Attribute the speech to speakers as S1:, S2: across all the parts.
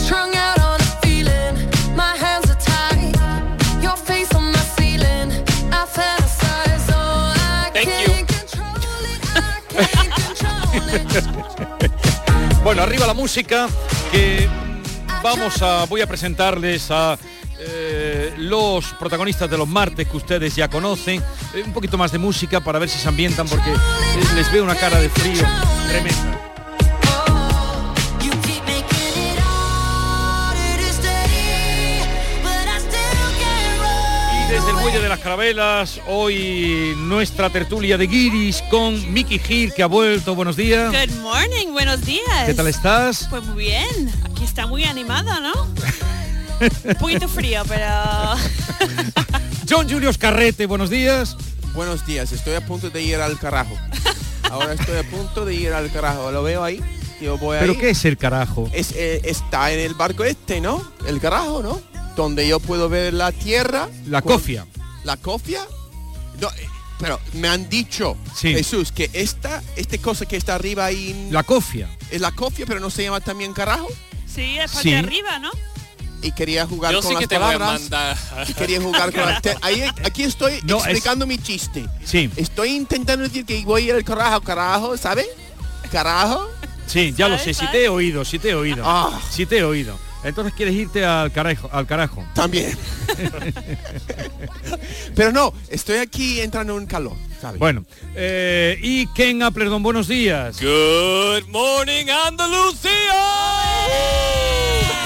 S1: Strung out on a feeling, my hands are tied. Your face on my ceiling, I fantasize. Oh, I can't control it, I can't control it.
S2: Bueno, arriba la música que vamos a voy a presentarles a eh, los protagonistas de los martes que ustedes ya conocen. Eh, un poquito más de música para ver si se ambientan porque eh, les veo una cara de frío tremenda.
S3: You keep making it harder to stay, but I still can't run.
S2: Y desde el Muelle de las Carabelas, hoy nuestra tertulia de guiris con Miki Gil que ha vuelto. Buenos días.
S4: Good morning, buenos días.
S2: ¿Qué tal estás?
S4: Pues muy bien, aquí está muy animada, ¿no? Un poquito frío, pero...
S2: John Julius Carrete, buenos días.
S5: Buenos días, estoy a punto de ir al carajo. Ahora estoy a punto de ir al carajo. Lo veo ahí. Yo voy
S2: ¿Pero
S5: ahí.
S2: qué es el carajo?
S5: Es, eh, está en el barco este, ¿no? El carajo, ¿no? Donde yo puedo ver la tierra.
S2: La
S5: Puedo-
S2: cofia.
S5: ¿La cofia? No, eh, pero me han dicho,
S2: Sí.
S5: Jesús, que esta, este cosa que está arriba ahí
S2: La cofia.
S5: es la cofia, pero no se llama también carajo.
S4: Sí, es parte
S2: Sí.
S4: de arriba, ¿no?
S5: Y quería jugar
S6: Yo
S5: con
S6: sí
S5: las
S6: que te voy a
S5: palabras.
S6: mandar.
S5: y quería jugar con las te- ahí, Aquí estoy
S2: No, es-
S5: explicando mi chiste.
S2: Sí,
S5: Estoy intentando decir que voy a ir al carajo, carajo, ¿sabe? Carajo.
S2: sí, ya lo sé.
S4: ¿Sabes?
S2: Si te he oído, si te he oído.
S5: Ah.
S2: Si te he oído. Entonces quieres irte al carajo, al carajo.
S5: También. Pero no, estoy aquí entrando en calor, ¿sabes?
S2: Bueno, eh, y Ken Applerdon, buenos días.
S6: Good morning, Andalucía.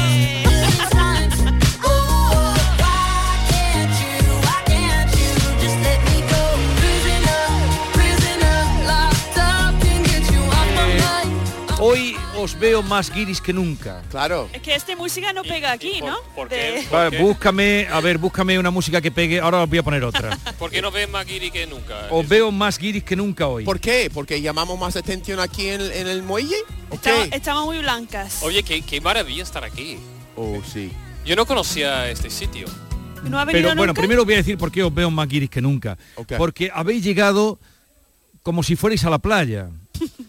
S3: Million times. Oh, oh, why can't you, why can't you just let me go? Prisoner, prisoner, locked up, can't get you off my mind.
S2: Hoy os veo más guiris que nunca.
S5: Claro.
S4: Es que esta música no pega aquí,
S6: por-
S4: ¿no?
S6: por
S4: De-
S6: qué?
S2: Va,
S6: qué?
S2: búscame, a ver, búscame una música que pegue. Ahora os voy a poner otra.
S6: ¿Por qué no ves más guiri que nunca?
S2: Os veo más guiris que nunca hoy.
S5: ¿Por qué? ¿Porque llamamos más atención aquí en, en el muelle? ¿O
S4: Estamos,
S5: qué?
S4: estamos muy blancas.
S6: Oye, qué, qué maravilla estar aquí.
S5: Oh, sí.
S6: Yo no conocía este sitio.
S4: ¿No ha venido
S2: Pero bueno,
S4: nunca?
S2: primero voy a decir por qué os veo más guiris que nunca.
S5: Ok.
S2: Porque habéis llegado como si fuerais a la playa.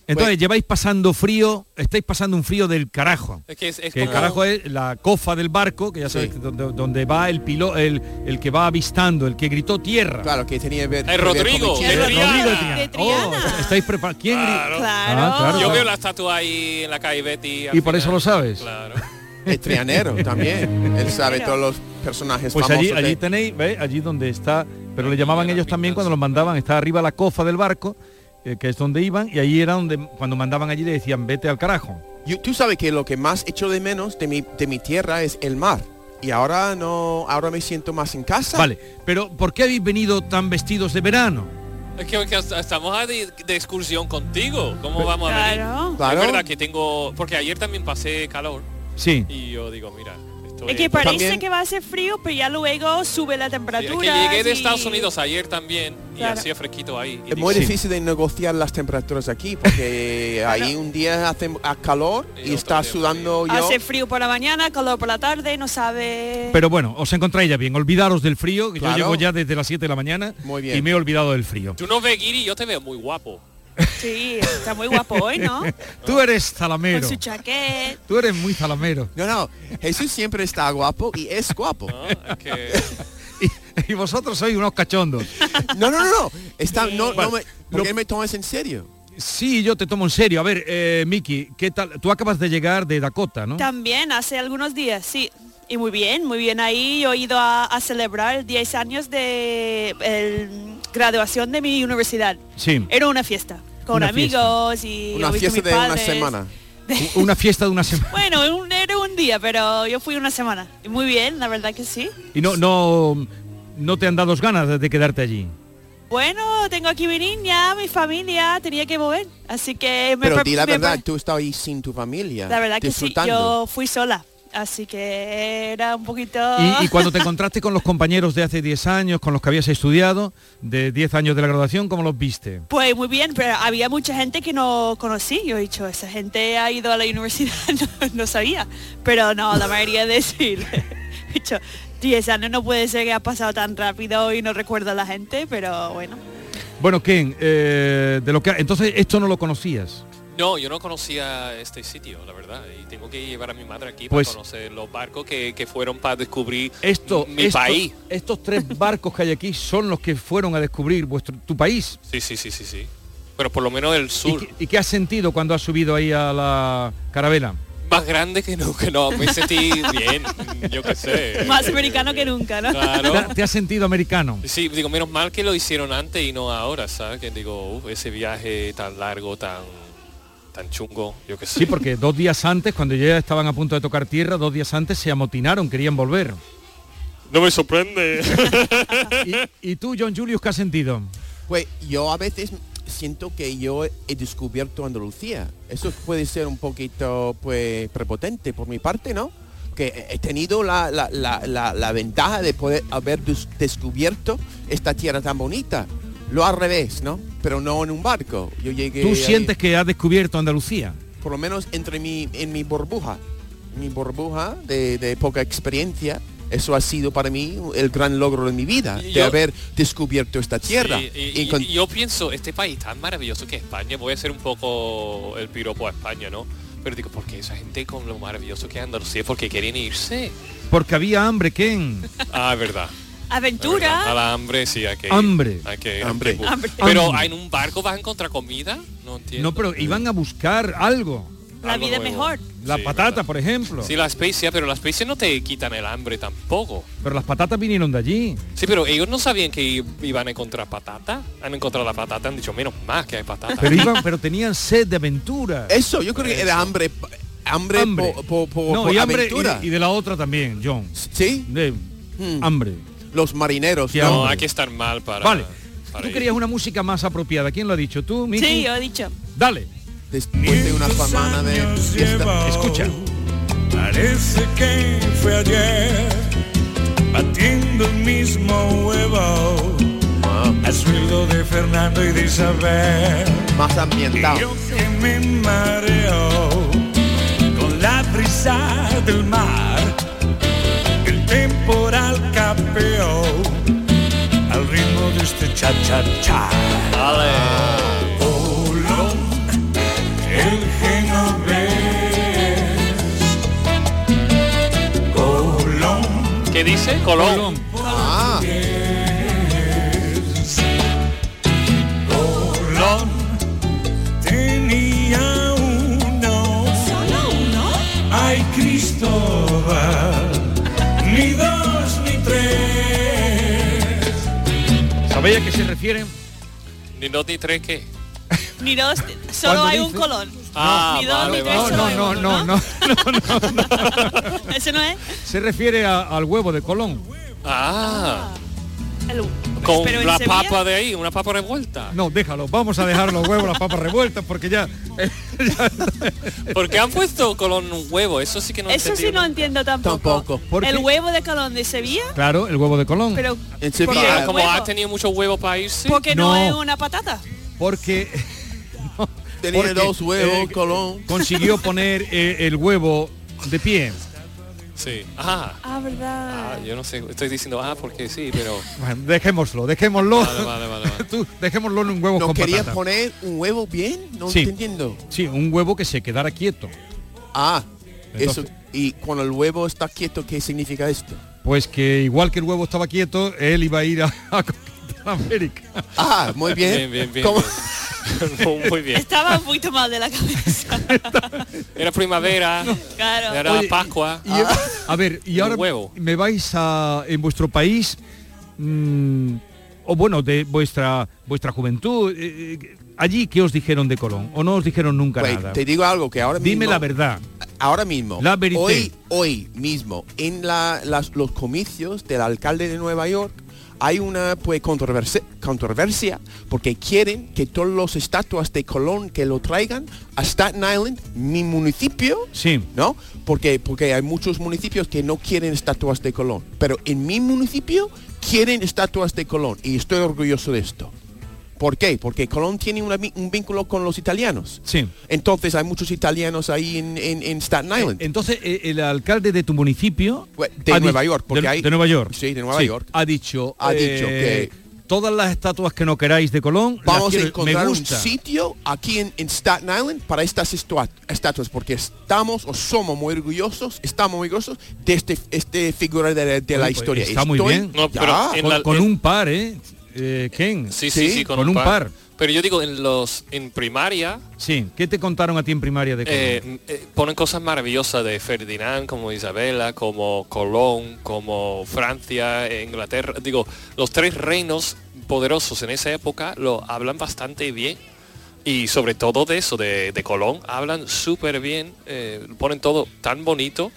S2: Entonces
S5: Bueno.
S2: lleváis pasando frío, estáis pasando un frío del carajo.
S6: Es que es, es
S2: Que el
S6: como-
S2: carajo es la cofa del barco, que ya
S5: Sí.
S2: sabéis que donde, donde va el pilo, el, el que va avistando, el que gritó tierra.
S5: Claro, que tenía que
S6: Eh,
S5: ver... que ver con
S6: Rodrigo,
S5: mi
S4: El
S5: chiste.
S2: Rodrigo de
S6: Triana.
S2: Triana.
S4: De Triana.
S2: Oh, estáis preparados. ¿Quién gri-
S6: Claro.
S4: Claro.
S2: Ah, claro,
S6: Yo
S2: claro.
S6: veo la estatua ahí en la calle Betty. al
S2: Y por eso
S6: final.
S2: lo sabes.
S6: Claro.
S5: Es trianero también. Él sabe
S4: Trianero.
S5: todos los personajes
S2: Pues
S5: famosos.
S2: allí,
S5: de-
S2: allí tenéis, ¿veis? Allí donde está, pero le
S6: Aquí
S2: llamaban
S6: eran
S2: ellos también
S6: pintas.
S2: cuando los mandaban, está arriba la cofa del barco, eh, que es donde iban, y allí era donde, cuando mandaban allí le decían, vete al carajo.
S5: Yo- tú sabes que lo que más echo de menos de mi, de mi tierra es el mar. Y ahora no, ahora me siento más en casa.
S2: Vale, pero ¿por qué habéis venido tan vestidos de verano?
S6: Es que, que estamos ahí de, de excursión contigo.
S5: Pues,
S6: ¿Cómo vamos a venir?
S4: Claro.
S5: Claro.
S6: Es verdad que tengo... Porque ayer también pasé calor.
S2: Sí.
S6: Y yo digo, mira, estoy...
S4: Es que parece
S5: También-
S4: que va a ser frío, pero ya luego sube
S6: Sí,
S4: la
S6: es que
S4: temperatura.
S6: llegué de
S4: y-
S6: Estados Unidos ayer también
S4: Claro.
S6: y hacía fresquito ahí. y
S5: Es
S6: digo,
S5: muy
S2: Sí.
S5: difícil de negociar las temperaturas aquí porque ahí un día hace a calor
S6: Y
S5: y,
S6: otro
S5: está
S6: día Ah,
S5: sudando yo.
S4: Hace frío por la mañana, calor por la tarde, no sabe...
S2: Pero bueno, os encontráis ya bien, olvidaros del frío, que
S5: Claro.
S2: yo llego ya desde las 7 de la mañana
S5: Muy bien.
S2: y me he olvidado del frío.
S6: Tú no ves Guiri, yo te veo muy guapo.
S4: Sí, está muy guapo hoy, ¿no?
S2: Tú eres
S4: Con
S2: zalamero,
S4: su chaqueta.
S2: tú eres muy zalamero.
S5: No, no, Jesús siempre está guapo y es guapo.
S6: ¿no? Es que-
S2: Y, y vosotros sois unos cachondos.
S5: No, no, no, no. Está, no, no
S2: Vale,
S5: me, ¿Por
S2: lo-
S5: qué me tomas en serio?
S2: Sí, yo te tomo en serio. A ver, eh, Miki, ¿qué tal? Tú acabas de llegar de Dakota, ¿no?
S4: También hace algunos días, sí. Y muy bien, muy bien ahí. Yo he ido a, a celebrar 10 años de el, graduación de mi universidad.
S2: Sí.
S4: Era una fiesta, con
S2: Una
S4: amigos y...
S5: Una
S4: he visto a
S5: fiesta
S4: mis
S5: de una
S4: padres.
S5: semana.
S2: U- Una fiesta de una semana.
S4: Bueno, un- era un día, pero yo fui una semana. Y muy bien, la verdad que sí.
S2: Y no, no, no te han dado ganas de quedarte allí.
S4: Bueno, tengo aquí mi niña, mi familia, tenía que mover. Así que me
S5: Pero
S4: pre-
S5: di la
S4: me pre-
S5: verdad, tú estás ahí sin tu familia.
S4: La verdad que sí,
S5: disfrutando.
S4: yo fui sola. Así que era un poquito...
S2: Y, y cuando te encontraste con los compañeros de hace 10 años, con los que habías estudiado, de 10 años de la graduación, ¿cómo los viste?
S4: Pues muy bien, pero había mucha gente que no conocí. Yo he dicho, esa gente ha ido a la universidad, no, no sabía. Pero no, la mayoría de sí. He dicho, 10 años no puede ser que ha pasado tan rápido y no recuerdo a la gente, pero bueno.
S2: Bueno, Ken, eh, de lo que, entonces esto no lo conocías.
S6: No, yo no conocía este sitio, la verdad. Y tengo que llevar a mi madre aquí
S2: Pues-
S6: para conocer los barcos que, que fueron para descubrir
S2: Esto,
S6: mi
S2: esto-
S6: país.
S2: Estos tres barcos que hay aquí son los que fueron a descubrir vuestro, tu país.
S6: Sí, sí, sí, sí, sí. Pero por lo menos el
S2: ¿Y
S6: sur.
S2: qué, y qué has sentido cuando has subido ahí a la carabela?
S6: Más grande que nunca, no. Me sentí bien, yo qué sé.
S4: Más americano que nunca, ¿no?
S2: ¿Te,
S6: Eh, Claro.
S2: ha- te has sentido americano?
S6: Sí, digo, menos mal que lo hicieron antes y no ahora, ¿sabes? Que digo, "Uf, ese viaje tan largo, tan tan chungo, yo qué sé.
S2: Sí, porque dos días antes, cuando ya estaban a punto de tocar tierra, dos días antes se amotinaron, querían volver.
S6: No me sorprende.
S2: ¿Y, y tú, John Julius, qué has sentido?
S5: Pues yo a veces siento que yo he descubierto Andalucía. Eso puede ser un poquito pues prepotente por mi parte, ¿no? Que he tenido la, la- la- la- la ventaja de poder haber des- descubierto esta tierra tan bonita. Lo al revés, ¿no? Pero no en un barco. Yo llegué
S2: ¿Tú
S5: ahí,
S2: sientes que has descubierto Andalucía?
S5: por lo menos entre mi en mi burbuja, mi burbuja de, de poca experiencia. Eso ha sido para mí el gran logro de mi vida, de
S6: Yo-
S5: haber descubierto esta tierra.
S6: Sí, y,
S5: Y
S6: y-
S5: con-
S6: y yo pienso, este país tan maravilloso que es España, voy a hacer un poco el piropo a España, ¿no? Pero digo, porque esa gente con lo maravilloso que es Andalucía, porque quieren irse.
S2: Porque había hambre, Ken.
S6: Ah, es verdad. es verdad. A
S4: Aventura.
S6: la hambre, sí, hay que ir.
S2: Hambre.
S6: Hay que ir.
S5: Hambre.
S4: Hambre.
S6: Pero
S2: Hambre.
S6: en un barco vas a encontrar comida, no entiendo.
S2: No, pero iban a buscar algo.
S4: La
S6: Algo
S4: vida es
S6: nuevo.
S4: mejor.
S2: La
S6: Sí,
S2: patata,
S6: verdad.
S2: por ejemplo.
S6: Sí, la especia, pero las especias no te quitan el hambre tampoco.
S2: Pero las patatas vinieron de allí.
S6: Sí, pero ellos no sabían que i- iban a encontrar patata. Han encontrado la patata, han dicho, menos más que hay patata.
S2: Pero iban, pero tenían sed de aventura.
S5: Eso, yo creo que era hambre, hambre, por, por- por-
S2: no,
S5: por
S2: y hambre y,
S5: aventura.
S2: de- y de la otra también, John.
S5: Sí,
S2: De
S5: Mm.
S2: hambre.
S5: los marineros.
S2: Sí,
S5: ¿no?
S6: no,
S2: hambre.
S6: hay que estar mal para...
S2: Vale.
S6: para
S2: Tú
S6: ir.
S2: querías una música más apropiada. ¿Quién lo ha dicho? ¿Tú, Miki?
S4: Sí, yo he dicho.
S2: Dale.
S5: Después de una semana de fiesta.
S2: Escucha.
S7: Parece que fue ayer batiendo el mismo huevo
S5: Ah.
S7: al sueldo de Fernando y de Isabel.
S5: Más
S7: Y
S5: ambientado.
S7: yo que me mareo con la brisa del mar, el temporal capeó al ritmo de este cha-cha-cha. Voló el genovés. Colón
S6: ¿Qué dice? Colón.
S5: Ah,
S7: Colón tenía uno. ¿Solo uno? Ay, Cristóbal, ni dos ni tres.
S2: ¿Sabéis a qué se refieren?
S6: Ni dos ni tres, ¿qué?
S4: Ni dos, solo
S2: ¿Cuándo
S4: hay un
S2: dice?
S4: colón.
S6: Ah,
S4: Ni dos,
S6: vale,
S4: ni tres,
S2: No,
S6: vale.
S4: solo
S2: no,
S4: hay
S2: no,
S4: uno,
S2: no, no.
S4: ¿Ese no es?
S2: Se refiere a- al huevo de Colón.
S6: Ah,
S4: El-
S6: con
S4: pero en
S6: la
S4: Sevilla-
S6: papa de ahí, una papa revuelta.
S2: No, déjalo. Vamos a dejar los huevos, las papas revueltas, porque ya.
S6: ¿Por qué han puesto Colón un huevo? Eso sí que no
S4: Eso sí
S6: entendí.
S4: no entiendo tampoco.
S5: Tampoco.
S2: ¿Por
S4: El
S2: qué?
S4: huevo de colón de Sevilla,
S2: claro, el huevo de Colón.
S4: pero
S5: en Sevilla.
S4: ¿por qué
S6: Ah,
S4: el
S6: como
S4: huevo?
S6: ha tenido muchos huevos para irse.
S4: Porque no.
S2: No.
S4: es una patata.
S2: Porque
S5: tenía
S2: porque,
S5: dos huevos,
S2: eh,
S5: Colón.
S2: consiguió poner eh, el huevo de pie.
S6: Sí. Ah,
S4: Ah, verdad.
S6: ah, yo no sé. Estoy diciendo, ah, porque sí, pero...
S2: Bueno, dejémoslo, dejémoslo.
S6: Vale, vale, vale, vale.
S2: Tú, dejémoslo en un huevo
S5: ¿No
S2: con
S5: querías
S2: patata.
S5: poner un huevo bien? No
S2: Sí.
S5: te entiendo.
S2: Sí, un huevo que se quedara quieto.
S5: Ah,
S2: Entonces-
S5: eso. Y cuando el huevo está quieto, ¿qué significa esto?
S2: Pues que igual que el huevo estaba quieto, él iba a ir a, a conquistar América.
S5: Ah, muy bien.
S6: Bien, bien, bien.
S5: ¿Cómo?
S6: bien. Muy bien.
S4: Estaba un poquito mal de la cabeza.
S6: Era primavera,
S4: Claro.
S6: era
S2: Oye,
S6: Pascua.
S2: Y- A ver, y
S6: Un
S2: ahora
S6: huevo.
S2: me vais a en vuestro país mm, o bueno de vuestra vuestra juventud eh, eh, allí qué os dijeron de Colón o no os dijeron nunca
S5: Pues,
S2: nada.
S5: te digo algo que ahora
S2: Dime
S5: mismo-
S2: la verdad.
S5: ahora mismo,
S2: La verité.
S5: hoy, hoy mismo, en la- las- los comicios del alcalde de Nueva York, hay una pues controversia, controversia porque quieren que todos los estatuas de Colón que lo traigan a Staten Island, mi municipio,
S2: Sí.
S5: ¿no? Porque, porque hay muchos municipios que no quieren estatuas de Colón, pero en mi municipio quieren estatuas de Colón y estoy orgulloso de esto. ¿Por qué? Porque Colón tiene una vi- un vínculo con los italianos.
S2: Sí.
S5: Entonces hay muchos italianos ahí en, en- en Staten Island.
S2: Entonces, eh, el alcalde de tu municipio...
S5: Pues, de
S2: ha
S5: Nueva
S2: dicho-
S5: York, porque
S2: de,
S5: hay-
S2: de Nueva York.
S5: Sí, de Nueva York.
S2: Ha dicho...
S5: Ha dicho
S2: eh, Todas las estatuas que no queráis de Colón, las
S5: Vamos a
S2: quiero-
S5: encontrar
S2: me
S5: un
S2: gusta.
S5: sitio aquí en, en Staten Island para estas estua- estatuas, porque estamos o somos muy orgullosos, estamos muy orgullosos de este, este figura de, la- de la
S2: Oye, pues,
S5: historia.
S2: está muy bien.
S6: No, pero
S5: Ya.
S6: en
S2: Con,
S6: la-
S2: con
S6: en-
S2: un par, ¿eh? Eh, Ken.
S6: Sí, sí,
S5: Sí,
S6: sí, con,
S2: con un par.
S6: Pero yo digo, en los en primaria
S2: Sí. ¿Qué te contaron a ti en primaria de Colón?
S6: eh, eh, ponen cosas maravillosas de Ferdinand, como Isabela, como Colón, como Francia, eh, Inglaterra. Digo, los tres reinos poderosos en esa época lo hablan bastante bien. Y sobre todo de eso, de, de Colón, hablan súper bien, eh, ponen todo tan bonito.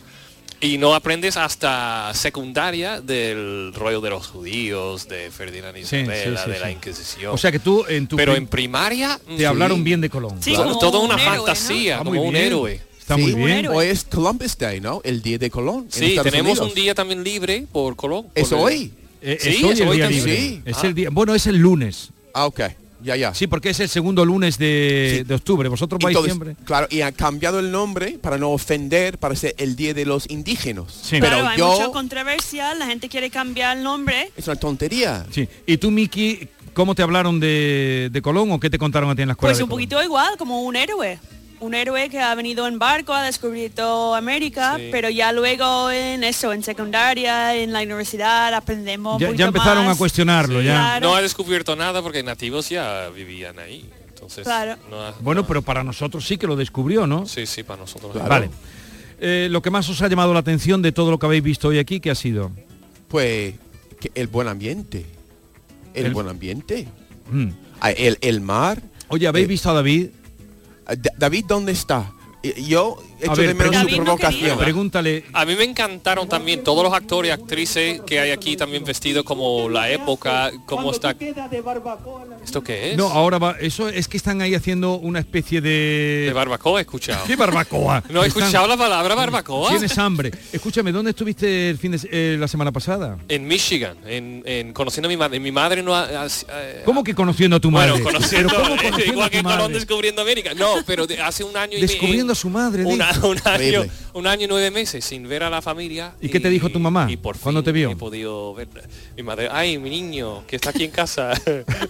S6: Y no aprendes hasta secundaria del rollo de los judíos, de Ferdinand y
S2: Sí, sí,
S6: Isabela,
S2: sí,
S6: de la
S2: sí.
S6: Inquisición.
S2: o sea que tú en tu...
S6: Pero
S2: prim-
S6: en primaria
S2: te
S6: sí,
S2: hablaron bien de Colón.
S4: Sí,
S6: claro,
S4: como
S6: toda
S4: un
S6: una
S4: héroe, ¿no?
S6: fantasía,
S2: Está muy
S6: como un
S2: bien.
S6: héroe.
S2: Está
S5: Sí.
S2: muy
S4: un
S2: bien.
S4: héroe.
S5: O es Columbus Day, ¿no? El día de Colón. en
S6: Sí,
S5: Estados
S6: tenemos
S5: Unidos.
S6: un día también libre por Colón.
S5: Es
S6: por el-
S5: hoy.
S2: Eh,
S6: Sí,
S2: es hoy
S6: es
S2: el
S6: hoy
S2: día
S6: también.
S2: libre.
S5: Sí.
S2: Es
S6: Ah.
S2: el día, bueno, es el lunes.
S5: Ah, ok. Ya, ya.
S2: Sí, porque es el segundo lunes de,
S5: Sí.
S2: de octubre. Vosotros vais
S5: Entonces,
S2: siempre.
S5: claro, y han cambiado el nombre para no ofender, para ser el Día de los Indígenas.
S2: Sí.
S5: Pero
S4: claro, hay mucha
S5: yo...
S4: controversia, la gente quiere cambiar el nombre.
S5: Es una tontería.
S2: Sí. ¿Y tú, Miki, cómo te hablaron de, de Colón o qué te contaron a ti en la escuela?
S4: Pues
S2: de
S4: un
S2: Colón?
S4: poquito igual, como un héroe. Un héroe que ha venido en barco a descubrir toda América,
S6: Sí.
S4: pero ya luego en eso, en secundaria, en la universidad, aprendemos un
S2: Ya,
S4: poquito
S2: ya empezaron
S4: más.
S2: a cuestionarlo,
S4: Sí.
S2: ya.
S4: Claro.
S6: No ha descubierto nada porque nativos ya vivían ahí. Entonces,
S4: Claro.
S6: no ha-
S2: Bueno,
S6: no-
S2: pero para nosotros sí que lo descubrió, ¿no?
S6: Sí, sí, para nosotros.
S5: Claro.
S2: Vale. Eh, lo que más os ha llamado la atención de todo lo que habéis visto hoy aquí, ¿qué ha sido?
S5: Pues que el buen ambiente. El,
S2: El-
S5: buen ambiente.
S2: Mm.
S5: Ah, El, el mar.
S2: Oye, ¿habéis
S5: Eh,
S2: visto a David?
S5: Ah, Da- David, ¿dónde está? Eh, Yo echo
S2: ver,
S5: de menos su
S4: David no
S5: provocación.
S4: quería.
S2: Pregúntale.
S6: A mí me encantaron también todos los actores y actrices que hay aquí también vestidos como la época, cómo está... ¿Esto qué es?
S2: No, ahora va. Eso es que están ahí haciendo una especie
S6: de
S2: de.
S6: barbacoa he escuchado.
S2: ¿Qué barbacoa?
S6: No he
S2: Están-
S6: escuchado la palabra barbacoa.
S2: Tienes hambre. Escúchame, ¿dónde estuviste el fin de, se- eh, la semana pasada?
S6: En Michigan, en, en- conociendo a mi madre. Mi madre no ha... ha- ha-
S2: ¿Cómo que conociendo a tu madre?
S6: Bueno, conociendo,
S2: Pero ¿cómo
S6: eh,
S2: conociendo a
S6: igual
S2: tu
S6: que Colón
S2: madre?
S6: descubriendo América. No, pero de- hace un año y me-
S2: Descubriendo a su madre,
S6: un, a-
S2: dijo.
S6: un año,
S5: Horrible.
S6: un año y nueve meses sin ver a la familia.
S2: ¿Y qué te dijo tu mamá
S6: Y por
S2: cuando
S6: fin
S2: te vio?
S6: He podido ver mi madre. Ay, mi niño que está aquí en casa.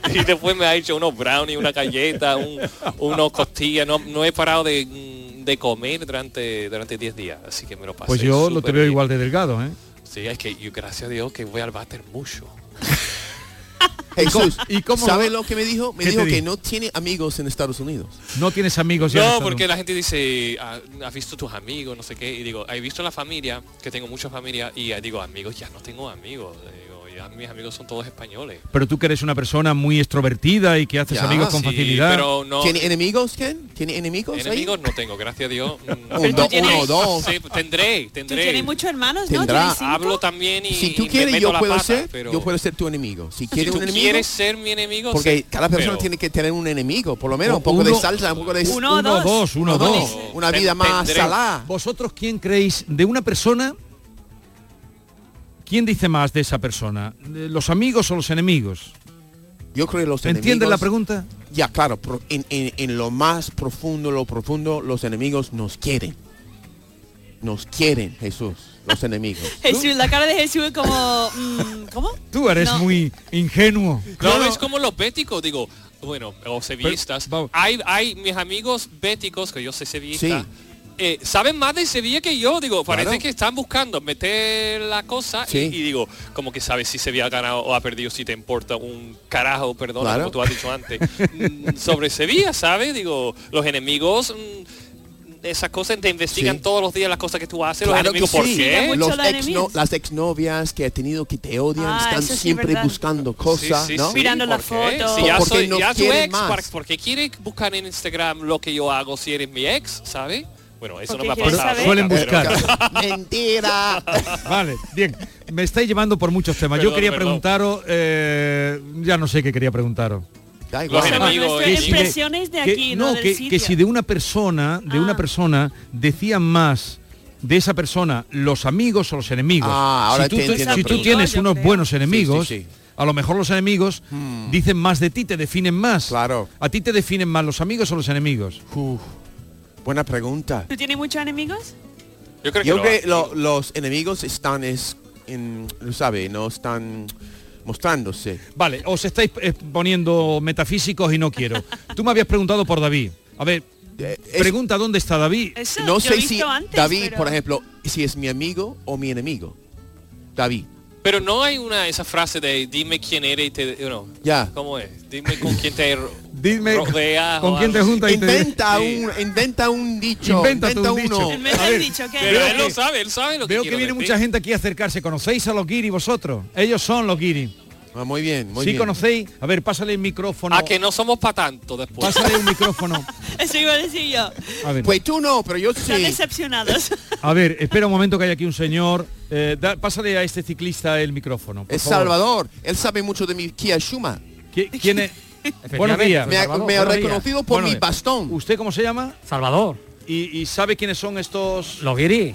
S6: y después me ha hecho unos brownies, una galleta, un- unos costillas. No, no he parado de, mm, de comer durante durante 10 días, así que me lo pasé.
S2: Pues yo lo te
S6: súper
S2: veo
S6: bien.
S2: igual de delgado, ¿eh?
S6: Sí, es que yo gracias a Dios que voy al váter mucho.
S5: Jesús,
S2: y cómo-
S5: ¿sabe lo que me dijo? Me
S2: ¿Qué te
S5: dijo que
S2: dijo?
S5: no tiene amigos en Estados Unidos.
S2: No tienes amigos ya. en
S6: No,
S2: Estados
S6: porque
S2: Unidos.
S6: la gente dice, "Ah, has visto tus amigos, no sé qué, y digo, he visto la familia, que tengo mucha familia, y eh, digo, amigos, ya no tengo amigos, digo, ya mis amigos son todos españoles.
S2: Pero tú que eres una persona muy extrovertida y que haces
S5: Ya,
S2: amigos con
S6: Sí,
S2: facilidad.
S6: Pero no,
S5: ¿Tiene enemigos, Ken? ¿Tiene enemigos? ahí?
S6: enemigos no tengo, gracias a Dios. Mm,
S5: Un,
S4: Tú
S5: do-
S4: tienes-
S5: uno o dos.
S6: sí, tendré,
S4: Tú
S6: tendré.
S4: tienes muchos hermanos,
S5: Tendrá-
S4: ¿no? ¿Tienes cinco?
S6: Hablo también y
S5: Si tú
S6: y me
S5: quieres,
S6: meto
S5: yo
S6: la
S5: puedo
S6: pata,
S5: ser,
S6: pero
S5: yo puedo ser tu enemigo. Si
S6: si
S5: quieres
S6: tú
S5: un enemigo,
S6: quieres ser mi enemigo,
S5: porque
S6: sí,
S5: cada persona
S6: pero
S5: tiene que tener un enemigo, por lo menos un poco de
S2: Uno-
S5: salsa, un poco de
S4: uno o
S2: uno
S4: dos.
S2: dos, uno o
S5: uno,
S2: dos.
S5: dos, una vida
S6: Ten-
S5: más
S6: tendré-
S5: salada.
S2: ¿Vosotros quién creéis de una persona? ¿Quién dice más de esa persona? ¿De ¿Los amigos o los enemigos?
S5: Yo creo que los enemigos.
S2: ¿Entiendes la pregunta?
S5: Ya, claro, pro- en, en- en lo más profundo, lo profundo, los enemigos nos quieren. Nos quieren, Jesús, los enemigos.
S4: Jesús, la cara de Jesús es como... mm, ¿Cómo?
S2: Tú eres
S4: No.
S2: muy ingenuo.
S6: No, es como los béticos, digo, bueno, o sevillistas.
S2: vamos.
S6: hay, hay mis amigos béticos, que yo soy sevillista,
S5: Sí.
S6: eh, saben más de Sevilla que yo, digo, parece
S5: Claro.
S6: que están buscando meter la cosa y-
S5: Sí.
S6: y, digo, como que sabes si Sevilla ha ganado o ha perdido, si te importa un carajo, perdón,
S5: Claro.
S6: como tú has dicho antes, mm, sobre Sevilla, ¿sabes? Digo, los enemigos... mm, esas cosas te investigan
S5: Sí.
S6: todos los días las cosas que tú haces,
S5: Claro
S6: los enemigos,
S5: que
S6: ¿por
S5: sí.
S6: qué?
S4: Mucho
S5: Los
S4: los
S5: ex
S4: enemigos.
S5: las exnovias que ha tenido que te odian
S4: Ah,
S5: están
S4: eso sí,
S5: siempre
S4: verdad.
S5: buscando cosas,
S6: Sí, sí,
S5: ¿no?
S6: sí,
S4: Mirando
S6: ¿por
S4: la
S6: qué?
S4: foto.
S6: Si ya
S5: ¿Por qué
S6: soy,
S5: nos
S6: ya tu
S5: quieren
S6: ex,
S5: más?
S6: ¿por qué quiere buscar en Instagram lo que yo hago si eres mi ex, ¿sabes? Bueno, eso
S4: Porque
S6: no me ha
S4: quiero
S6: pasado.
S4: saber-
S2: Suelen buscar.
S5: Mentira.
S2: Vale, bien. Me estáis llevando por muchos temas. Yo
S6: Perdón,
S2: quería
S6: perdón.
S2: preguntaros, eh, ya no sé qué quería preguntaros.
S5: Da
S6: Los
S5: igual.
S6: enemigos. Amigo,
S4: Nuestras
S6: eh,
S2: si
S4: impresiones de
S2: que-
S4: aquí, no, del
S2: que,
S4: sitio.
S2: que si de una persona, de una
S4: Ah.
S2: persona decían más de esa persona los amigos o los enemigos.
S5: Ah, ahora
S2: si tú,
S5: te
S2: te-
S5: entiendo
S2: si
S5: la
S2: tú
S5: pregunta.
S2: tienes
S4: Yo
S2: unos
S4: creo.
S2: buenos
S5: Sí, sí,
S2: enemigos,
S5: sí. Hmm.
S2: a lo mejor los enemigos dicen más de ti, te definen más.
S5: Claro.
S2: A ti te definen más los amigos o los enemigos.
S5: Uf, buena pregunta.
S4: ¿Tú tienes muchos enemigos?
S6: Yo creo que,
S5: Yo
S6: lo-
S5: creo que lo- los enemigos están, es, en, lo sabe, no están mostrándose.
S2: Vale, os estáis eh, poniendo metafísicos y no quiero. Tú me habías preguntado por David. A ver,
S5: Eh, es-
S2: pregunta dónde está David.
S4: Eso
S5: no
S4: yo he
S5: sé
S4: visto
S5: si
S4: antes,
S5: David,
S4: pero-
S5: por ejemplo, si es mi amigo o mi enemigo. David.
S6: Pero no hay una esa frase de dime quién eres y te... no.
S5: Ya.
S6: ¿Cómo es? Dime con quién te ro-
S2: Dime
S6: rodeas
S2: con
S6: Ah, o
S2: quién te
S6: algo.
S2: juntas y te...
S5: Inventa
S6: Sí.
S5: un, inventa un dicho.
S2: Inventa tú
S5: inventa
S2: un
S5: uno.
S2: dicho.
S4: Me
S2: A
S4: has
S2: ver,
S4: dicho que...
S6: Pero
S2: Veo
S6: él lo
S2: que-
S6: sabe, él sabe lo
S2: Veo
S6: que
S2: que
S6: quiero
S2: viene
S6: decir.
S2: mucha gente aquí a acercarse. ¿Conocéis a los guiri vosotros? Ellos son los guiri.
S5: Ah, muy bien, muy
S2: ¿Sí
S5: bien.
S2: conocéis? A ver, pásale el micrófono.
S6: A Ah, que no somos para tanto después.
S2: Pásale el micrófono.
S4: Eso iba a decir yo.
S2: A ver,
S5: Pues tú no, pero yo
S4: Están
S5: sí.
S4: decepcionados.
S2: a ver, espera un momento que hay aquí un señor. Eh, da- pásale a este ciclista el micrófono. por
S5: Es
S2: favor.
S5: Salvador. Él sabe mucho de mi Kia Shuma.
S2: ¿Qui- ¿Quién es? Buenos días.
S5: Me ha,
S8: Salvador,
S5: me ha
S8: buenos días.
S5: reconocido por
S2: Buenos
S5: mi
S2: días.
S5: bastón.
S2: ¿Usted cómo se llama?
S8: Salvador,
S2: ¿Y, y sabe quiénes son estos?
S8: los guiri.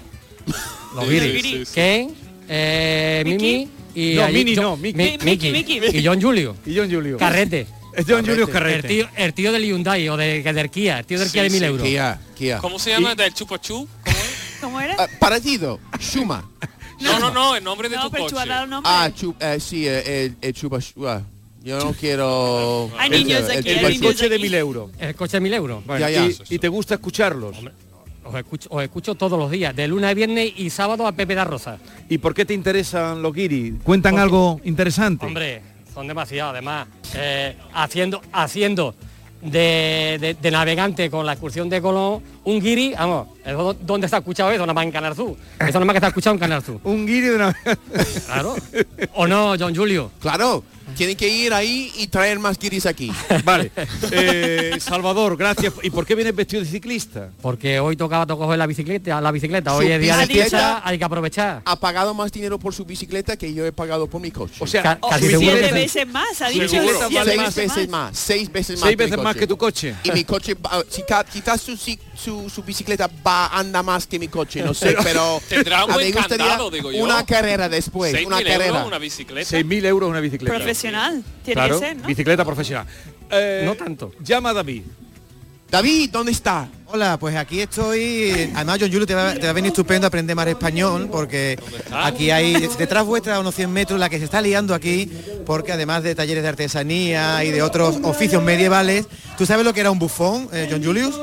S8: Los
S6: Sí,
S8: guiri.
S6: sí, sí.
S8: Ken, eh,
S4: Miki.
S8: Mimi y...
S2: No,
S8: ahí
S2: Mini
S8: John-
S2: no, Miki.
S8: Mi-
S4: Miki,
S8: Miki.
S4: Miki.
S8: Y John Julio.
S2: Y John Julio.
S8: Carrete.
S2: Es John Julio
S8: El
S2: Carrete.
S8: tío, el tío del Hyundai o de, del Kia, el tío del
S6: Sí,
S8: Kia de mil
S6: sí,
S8: euros.
S5: Kia, Kia.
S6: ¿Cómo se llama? ¿Del chupa chup? ¿Cómo es?
S4: ¿Cómo era?
S5: Ah, parecido, Shuma.
S6: No, no, no, el nombre de
S4: no,
S6: tu
S4: pero tú
S6: coche.
S4: has dado nombre.
S5: Ah, chu- eh, sí, eh, el, el chupa Shua. Yo no quiero...
S4: Hay niños
S5: chupa
S4: aquí, hay
S2: El,
S4: tío
S2: el
S4: niños
S5: Shua.
S2: coche de
S4: aquí.
S2: mil euros.
S8: El coche de mil euros.
S2: Bueno,
S5: Ya, ya.
S2: y- y te gusta escucharlos.
S8: Os escucho, os escucho todos los días, de lunes a viernes y sábado a Pepe da Rosa.
S2: ¿Y por qué te interesan los guiri? ¿Cuentan algo interesante?
S8: Hombre, son demasiados, además. eh, haciendo haciendo de, de- de navegante con la excursión de Colón, un guiri, vamos, eso, ¿dónde está escuchado eso? Nada más en Canal Sur. Eso nada más que está escuchado en Canal Sur.
S2: Un guiri de una
S8: Claro. ¿O no, John Julio?
S5: Claro, tienen que ir ahí y traer más guiris aquí.
S2: Vale. Eh, Salvador, gracias. ¿Y por qué vienes vestido de ciclista?
S8: Porque hoy tocaba to- coger la bicicleta, la bicicleta. Hoy
S5: Su
S8: es día de
S5: bicicleta.
S8: fiesta, hay que aprovechar.
S5: Ha pagado más dinero por su bicicleta que yo he pagado por mi coche.
S2: O sea,
S8: Ca-
S4: Oh,
S8: casi
S2: su
S8: seguro
S4: siete
S8: que-
S4: veces más, ha dicho.
S2: Seguro.
S4: siete
S2: vale
S5: seis
S2: más.
S5: veces más, seis veces más.
S2: seis
S5: mi
S2: veces más
S5: coche.
S2: que tu coche.
S5: Y mi coche, va- si ca- quizás su, si- su, su bicicleta va anda más que mi coche, no sé, pero
S6: Tendrá un
S5: a mí
S6: buen
S5: me gustaría
S6: candado, digo yo.
S5: una carrera después,
S6: Seis
S5: una
S6: mil
S5: carrera.
S6: euros, una bicicleta.
S2: 6.000 euros una bicicleta.
S4: Profesional, tiene
S2: Claro,
S4: que ser, ¿no?
S2: bicicleta profesional. Eh,
S8: No tanto.
S2: Llama a David.
S5: David, ¿dónde está?
S9: Hola, pues aquí estoy. Además, John Julio, te va, te va a venir estupendo aprender más español, porque aquí hay, detrás vuestra, a unos 100 metros, la que se está liando aquí, porque además de talleres de artesanía y de otros oficios medievales, ¿tú sabes lo que era un bufón, eh, John Julius?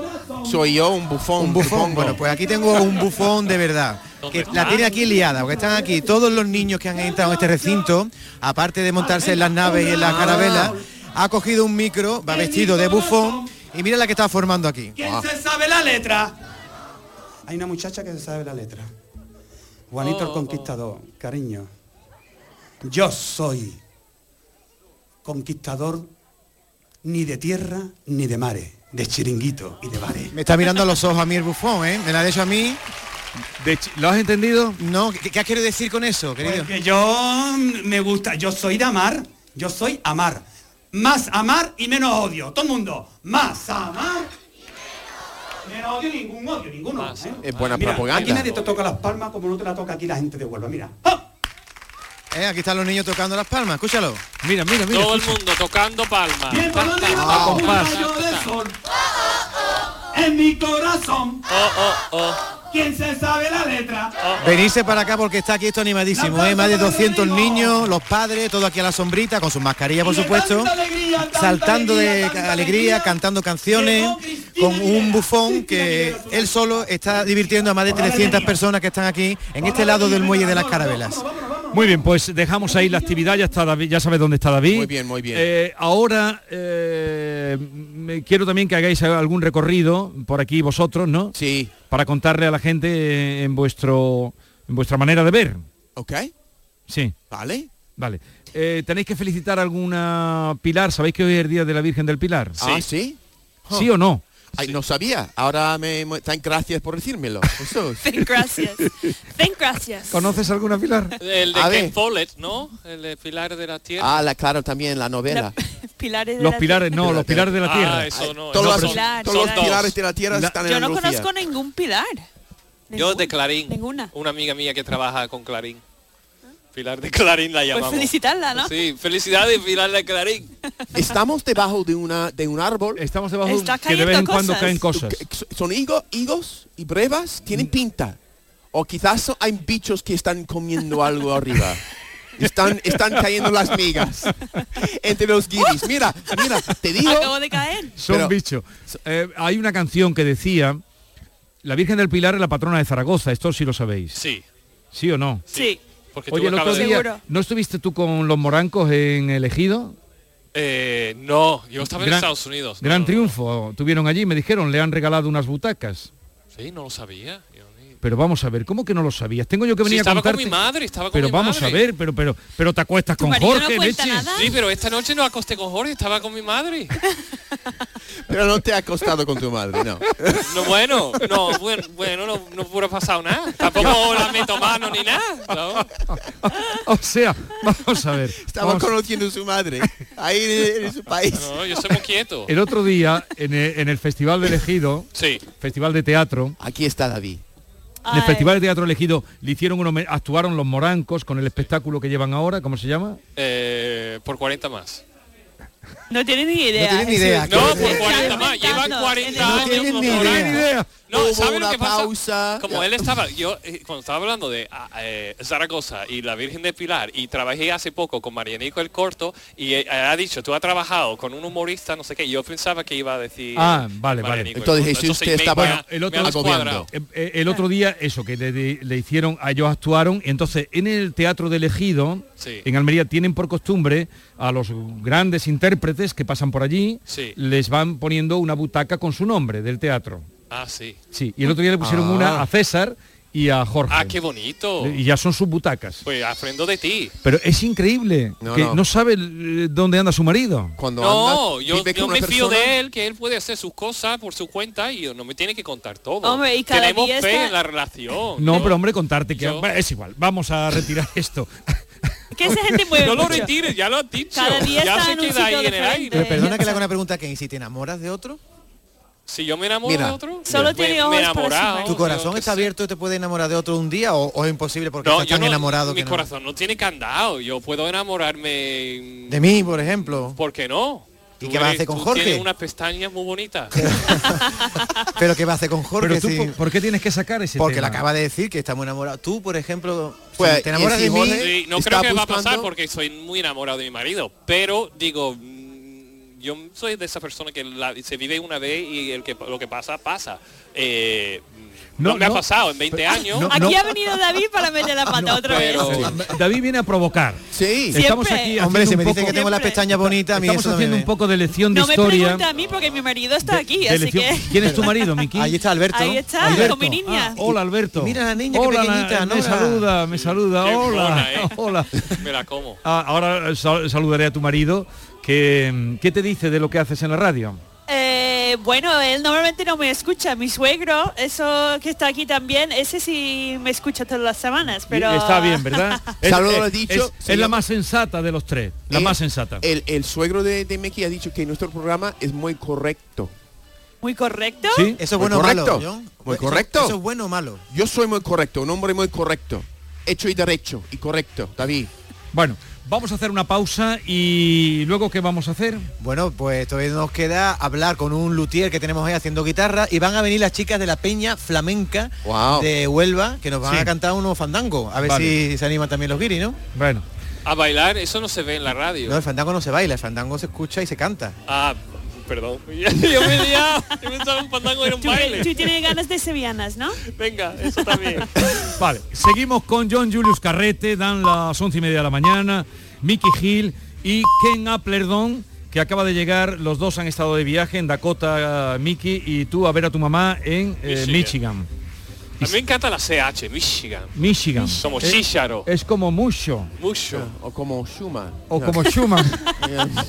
S5: Soy yo, un bufón.
S9: Un bufón.
S5: supongo.
S9: Bueno, pues aquí tengo un bufón de verdad. Que la tiene aquí liada, porque están aquí todos los niños que han entrado en este recinto, aparte de montarse en las naves y en
S5: Ah,
S9: las carabelas, ha cogido un micro, va vestido de bufón y mira la que está formando aquí.
S10: ¿Quién se sabe la letra? Hay una muchacha que se sabe la letra. Juanito el Conquistador, cariño. Yo soy conquistador ni de tierra ni de mares, de chiringuito y de bares.
S9: Me está mirando a los ojos a mí el bufón, ¿eh? Me la ha hecho a mí.
S2: De chi- ¿Lo has entendido?
S9: No, ¿qué, qué has querido decir con eso, querido?
S10: Porque Pues yo me gusta, yo soy de amar, yo soy amar. Más amar y menos odio. Todo el mundo, más amar. Menos odio, ningún odio, ninguno.
S6: Más
S10: ¿eh?
S6: amar.
S5: Ah, Es buena
S10: Mira,
S5: propaganda.
S10: Aquí nadie te toca las palmas como no te la toca aquí la gente de Huelva. Mira. ¡Ah!
S9: Eh, aquí están los niños tocando las palmas, escúchalo.
S2: Mira, mira, mira.
S6: Todo el
S2: escucha.
S6: mundo tocando palmas.
S10: Bien, por donde va un
S2: compás.
S10: rayo de sol. En mi corazón,
S6: Oh, oh, oh.
S10: ¿quién se sabe la letra?
S9: Venirse para acá porque está aquí esto animadísimo, ¿eh? Más de 200 niños, los padres, todo aquí a la sombrita, con sus mascarillas, por
S10: Y de
S9: supuesto.
S10: tanta alegría, tanta
S9: Saltando de
S10: alegría, tanta
S9: alegría,
S10: alegría,
S9: cantando canciones,
S10: llegó Cristina
S9: con un
S10: Aguilera,
S9: bufón
S10: Cristina
S9: que
S10: Aguilera,
S9: él solo está divirtiendo a más de 300 personas que están aquí, en este lado del muelle de las carabelas.
S2: Muy bien, pues dejamos ahí la actividad, ya está David, ya sabes dónde está David.
S5: Muy bien, muy bien.
S2: Eh, ahora eh, me- quiero también que hagáis algún recorrido por aquí vosotros, ¿no?
S5: Sí,
S2: Para contarle a la gente eh, en vuestro en vuestra manera de ver.
S5: ok,
S2: Sí,
S5: vale.
S2: vale. Eh, tenéis que felicitar a alguna Pilar, ¿sabéis que hoy es el día de la Virgen del Pilar?
S5: Ah, sí.
S2: ¿Sí o no?
S5: Ay, no sabía. Ahora me me- tan gracias por decírmelo. Jesús.
S4: gracias. Ten gracias.
S9: ¿Conoces alguna Pilar?
S6: El de
S5: A
S6: Ken
S5: ver.
S6: Follett, ¿no? El de Pilar de la Tierra.
S5: Ah, la, claro, también la novela.
S4: Pilares de
S2: Los
S4: la
S2: pilares, no, los pilares de la
S6: Ah,
S2: tierra.
S6: eso no.
S5: Todos,
S6: eso
S5: los-
S6: son-
S4: Pilar,
S5: todos los
S6: son dos.
S5: pilares de la tierra
S2: Na-
S5: están en
S4: Yo no
S5: Andalucía.
S4: conozco ningún pilar.
S6: Yo
S4: Ninguno.
S6: de Clarín.
S4: Ninguna.
S6: Una amiga mía que trabaja con Clarín. Pilar de Clarín la
S4: Pues
S6: llamamos.
S4: felicitarla, ¿no?
S6: Sí, felicidades Pilar de Clarín.
S5: Estamos debajo de una de un árbol.
S2: Estamos debajo
S4: Está
S2: que de vez en
S4: cayendo
S2: cuando
S4: cosas.
S2: caen cosas. Mm.
S5: Que- que Son higo- higos y brevas, tienen pinta. O quizás son- hay bichos que están comiendo algo arriba. Están, están cayendo las migas entre los guiris. Mira, mira, te digo.
S4: Acabo de caer.
S2: Son
S5: Pero-
S2: bichos. Eh, hay una canción que decía, la Virgen del Pilar es la patrona de Zaragoza, esto sí lo sabéis.
S6: Sí.
S2: ¿Sí o no?
S4: Sí.
S6: Porque
S2: Oye,
S6: tú
S2: el otro
S6: acabas de...
S2: día,
S4: Seguro.
S2: ¿no estuviste tú con los morancos en el Ejido?
S6: Eh, no, yo estaba en
S2: Gran-
S6: Estados Unidos.
S2: Gran
S6: No, no,
S2: triunfo. Tuvieron allí, me dijeron, le han regalado unas butacas.
S6: no. Sí, no lo sabía. Yo ni-
S2: Pero vamos a ver, ¿cómo que no lo sabías? Tengo yo que
S6: Sí,
S2: venir a
S6: estaba con
S2: contarte.
S6: mi madre, estaba con
S2: pero
S6: mi
S2: vamos
S6: madre.
S2: a ver, pero pero pero te acuestas con
S4: marido no
S2: Jorge,
S4: cuenta
S2: leches.
S4: nada?
S6: Sí, pero esta noche no acosté con Jorge, estaba con mi madre.
S5: Pero no te ha acostado con tu madre, no.
S6: No, bueno, no, bueno, bueno no, no hubiera pasado nada. Tampoco la meto mano ni nada. ¿no?
S2: O sea, vamos a ver.
S5: Estaba
S2: vamos-
S5: conociendo a su madre. Ahí en, en su país.
S6: No, yo soy muy quieto.
S2: El otro día en el, en el Festival de Elegido,
S6: Sí.
S2: Festival de Teatro,
S5: Aquí está David.
S2: en el
S4: Ay.
S2: Festival de Teatro Elegido le hicieron un home- actuaron los morancos con el espectáculo que llevan ahora, ¿cómo se llama?
S6: Eh, por 40 más.
S4: No tiene ni idea.
S9: tiene ni idea.
S4: Jesús.
S6: No,
S9: No,
S6: por
S9: está
S6: 40 más. Llevan
S4: inventando.
S6: 40
S4: No
S6: años.
S9: tienen
S6: los
S9: ni idea.
S6: morancos. No,
S5: Hubo
S6: ¿saben
S5: una
S6: qué pasa?
S5: pausa.
S6: Como él estaba, yo eh, cuando estaba hablando de ah, eh, Zaragoza y la Virgen de Pilar y trabajé hace poco con Marianico el Corto y eh, ha dicho, tú has trabajado con un humorista, no sé qué, y yo pensaba que iba a decir...
S2: Ah, vale, vale.
S6: Marianico el
S5: Entonces,
S6: Corto.
S5: Jesús,
S6: Entonces, me-
S5: que estaba-
S6: me-
S5: Bueno,
S2: el
S6: me
S2: otro-
S6: ha
S5: agobiando.
S6: descuadrado.
S2: Eh, eh, El otro día eso que le, le- le hicieron a ellos actuaron y entonces en el teatro de elegido
S6: Sí.
S2: en Almería tienen por costumbre a los grandes intérpretes que pasan por allí
S6: Sí.
S2: les van poniendo una butaca con su nombre del teatro
S6: Ah, sí.
S2: sí y el otro día le pusieron
S9: Ah.
S2: una a César y a Jorge
S6: Ah, qué bonito.
S2: y ya son sus butacas
S6: Pues aprendo de ti.
S2: pero es increíble
S5: No,
S2: que no,
S5: no.
S2: sabe eh, dónde anda su marido
S5: Cuando
S6: No,
S5: andas,
S6: yo,
S5: vive con
S6: yo
S5: una
S6: me fío
S5: persona-
S6: de él, que él puede hacer sus cosas por su cuenta y no me tiene que contar todo.
S4: Hombre, y cada
S6: Tenemos
S4: día
S6: fe
S4: está-
S6: en la relación.
S2: no
S6: Yo-
S2: pero hombre contarte que
S6: yo-
S2: bueno, es igual vamos a retirar esto
S4: Que esa gente mueve
S6: No lo
S4: mucho.
S6: retires, ya lo has dicho.
S4: Cada día
S6: ya
S4: está
S6: se
S4: en un
S6: queda ahí
S4: sitio
S6: en el
S4: diferente.
S6: aire.
S9: Pero perdona que le haga una pregunta, Ken. ¿Y si te enamoras de otro?
S6: Si yo me enamoro
S5: Mira,
S6: de otro,
S4: Solo
S6: me,
S4: tiene
S6: me
S4: ojos para
S6: enamorado.
S4: su
S9: ¿Tu
S6: yo
S9: corazón
S6: qué sé.
S9: está abierto y te puede enamorar de otro un día o, o es imposible porque
S6: No,
S9: estás
S6: yo
S9: tan
S6: no,
S9: enamorado
S6: mi
S9: que no?
S6: corazón no tiene candado. Yo puedo enamorarme.
S9: De mí, por ejemplo.
S6: ¿Por qué no?
S9: ¿Y
S6: Tú
S9: qué vas a
S6: eres-
S9: hacer con
S6: tú
S9: Jorge?
S6: Tienes unas pestañas muy bonitas.
S9: Pero ¿qué va a hacer con Jorge?
S2: pero tú
S9: si-
S2: ¿por, por qué tienes que sacar ese
S9: porque le
S2: tema?
S9: acaba de decir que estamos enamorados. Tú, por ejemplo, si
S5: Pues,
S9: te enamoras
S5: y si
S9: de mí...
S5: Jorge-
S6: Sí, no creo
S5: Está
S6: que va a pasar
S5: buscando-
S6: porque soy muy enamorado de mi marido, pero digo, mm, yo soy de esa persona que la- se vive una vez y el que, lo que pasa, pasa. Eh, no,
S2: No,
S6: me ha
S2: no.
S6: pasado en 20 años.
S2: no,
S4: Aquí
S2: no.
S4: ha venido David para meter la pata otra vez.
S6: pero-
S2: David viene a provocar
S5: Sí.
S4: Sí.
S2: Estamos
S4: Siempre.
S2: aquí
S9: Hombre,
S2: haciendo
S9: si me
S2: un
S9: dicen
S2: poco-
S9: que tengo las
S4: Siempre.
S9: pestañas bonitas, a mí
S2: Estamos
S9: eso no me
S2: haciendo
S9: ve.
S2: un poco de lección de
S4: No me
S2: historia.
S4: pregunta a mí porque mi marido está aquí,
S2: de
S4: así
S2: lección-
S4: que
S2: ¿Quién es tu marido, Miki?
S9: Ahí está Alberto.
S4: ahí está,
S2: Alberto.
S4: con mi niña.
S2: Ah, hola, Alberto.
S9: Mira la niña, qué
S2: Hola,
S9: pequeñita,
S2: Me
S9: Nora.
S2: saluda, me saluda.
S6: Qué
S2: hola,
S6: mona, ¿eh?
S2: hola.
S6: Me la como.
S2: Ah, ahora sal- saludaré a tu marido. Que, mm, ¿Qué te dice de lo que haces en la radio?
S4: Eh, bueno, él normalmente no me escucha, mi suegro, eso que está aquí también, ese sí me escucha todas las semanas, pero
S2: Está bien, ¿verdad?
S5: Salud, lo he dicho,
S2: es- es
S5: señor.
S2: la más sensata de los tres. La
S5: Eh,
S2: más sensata.
S5: El, el suegro de, de Meki ha dicho que nuestro programa es muy correcto.
S4: Muy correcto.
S2: ¿Sí?
S9: Eso es
S5: Muy
S9: bueno o malo,
S5: correcto.
S9: John.
S5: Muy
S9: Eso-
S5: correcto.
S9: Eso es bueno o malo.
S5: Yo soy muy correcto, un hombre muy correcto. Hecho y derecho y correcto, David.
S2: Bueno, vamos a hacer una pausa y luego ¿qué vamos a hacer?
S9: Bueno, pues todavía nos queda hablar con un luthier que tenemos ahí haciendo guitarra y van a venir las chicas de la Peña Flamenca
S5: Guau.
S9: de Huelva que nos van
S2: Sí.
S9: a cantar unos fandangos. A ver
S2: Vale.
S9: si se animan también los guiris, ¿no?
S2: Bueno,
S6: A bailar, eso no se ve en la radio.
S9: No, el fandango no se baila, el fandango se escucha y se canta.
S6: Ah, perdón. yo me he liado. Yo pensaba que un pandango era un
S4: Tú, tú
S6: baile.
S4: tienes ganas de sevillanas, ¿no?
S6: Venga, eso también.
S2: Vale, seguimos con John Julius Carrete, dan las once y media de la mañana, Mickey Hill y Ken Applerdon, que acaba de llegar, los dos han estado de viaje en Dakota, eh, Mickey, y tú a ver a tu mamá en eh,
S6: Michigan.
S2: Michigan.
S6: A mí me encanta la CH, Michigan.
S2: Michigan.
S6: Somos
S2: Eh,
S6: chícharo.
S2: Es como mucho.
S6: Mucho.
S5: O como Schumann.
S2: O como Schumann.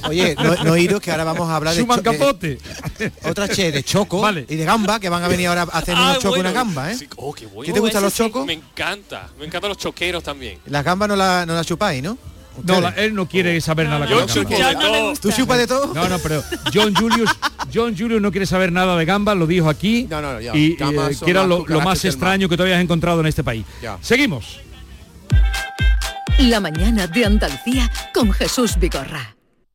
S9: Oye, no, no iros que ahora vamos a hablar de
S2: Schumann
S9: cho-
S2: Capote.
S9: eh, otra che de choco y de gamba que van a venir ahora a hacer
S6: Ah,
S9: unos chocos y
S6: bueno.
S9: una gamba, ¿eh?
S6: Sí, oh, qué bueno.
S9: ¿Qué te gustan
S6: Ese
S9: los
S6: sí.
S9: chocos?
S6: Me encanta. Me encantan los choqueros también.
S9: Las gambas no las no las chupáis, ¿no?
S2: No, la- él no quiere saber nada.
S6: Oh. Yo
S2: con la
S6: chupo
S2: gamba.
S6: de todo.
S9: ¿Tú chupas de todo?
S2: No, no, pero John Julius, John Julius no quiere saber nada de gambas, lo dijo aquí.
S5: no, ya.
S2: Y
S5: Gambas
S2: eh,
S5: son
S2: que era
S5: las
S2: lo, lo más
S5: cucarachas del mar.
S2: extraño que tú habías encontrado en este país.
S5: Ya.
S2: Seguimos.
S11: La mañana de Andalucía con Jesús Vigorra.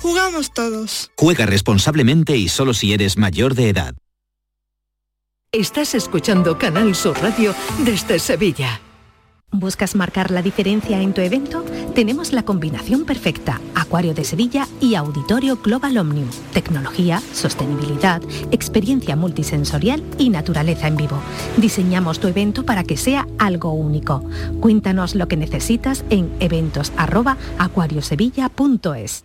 S12: jugamos todos.
S13: Juega responsablemente y solo si eres mayor de edad.
S11: Estás escuchando Canal Sur Radio desde Sevilla.
S14: ¿Buscas marcar la diferencia en tu evento? Tenemos la combinación perfecta, Acuario de Sevilla y Auditorio Global Omnium. Tecnología, sostenibilidad, experiencia multisensorial y naturaleza en vivo. Diseñamos tu evento para que sea algo único. Cuéntanos lo que necesitas en eventos@acuariosevilla.es.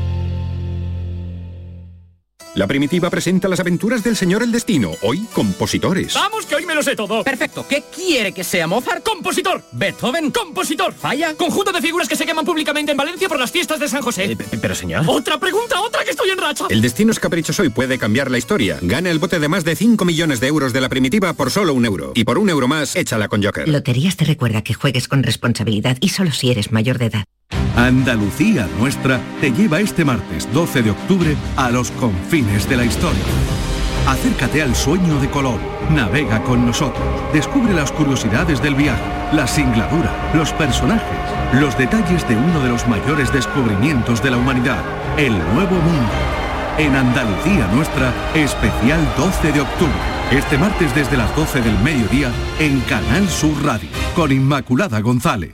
S15: La primitiva presenta las aventuras del señor el destino, hoy compositores.
S8: Vamos, que hoy me lo sé todo. Perfecto. ¿Qué quiere que sea Mozart? Compositor. Beethoven, compositor. Falla. Conjunto de figuras que se queman públicamente en Valencia por las fiestas de San José.
S15: Pero señor...
S8: Otra pregunta, otra que estoy en racha.
S15: El destino es caprichoso y puede cambiar la historia. Gana el bote de más de 5 millones de euros de la primitiva por solo un euro. Y por un euro más, échala con Joker.
S16: Loterías te recuerda que juegues con responsabilidad y solo si eres mayor de edad.
S17: Andalucía Nuestra te lleva este martes 12 de octubre a los confines de la historia. Acércate al sueño de Colón, navega con nosotros, descubre las curiosidades del viaje, la singladura, los personajes, los detalles de uno de los mayores descubrimientos de la humanidad, el Nuevo Mundo. En Andalucía Nuestra, especial 12 de octubre. Este martes desde las 12 del mediodía en Canal Sur Radio, con Inmaculada González.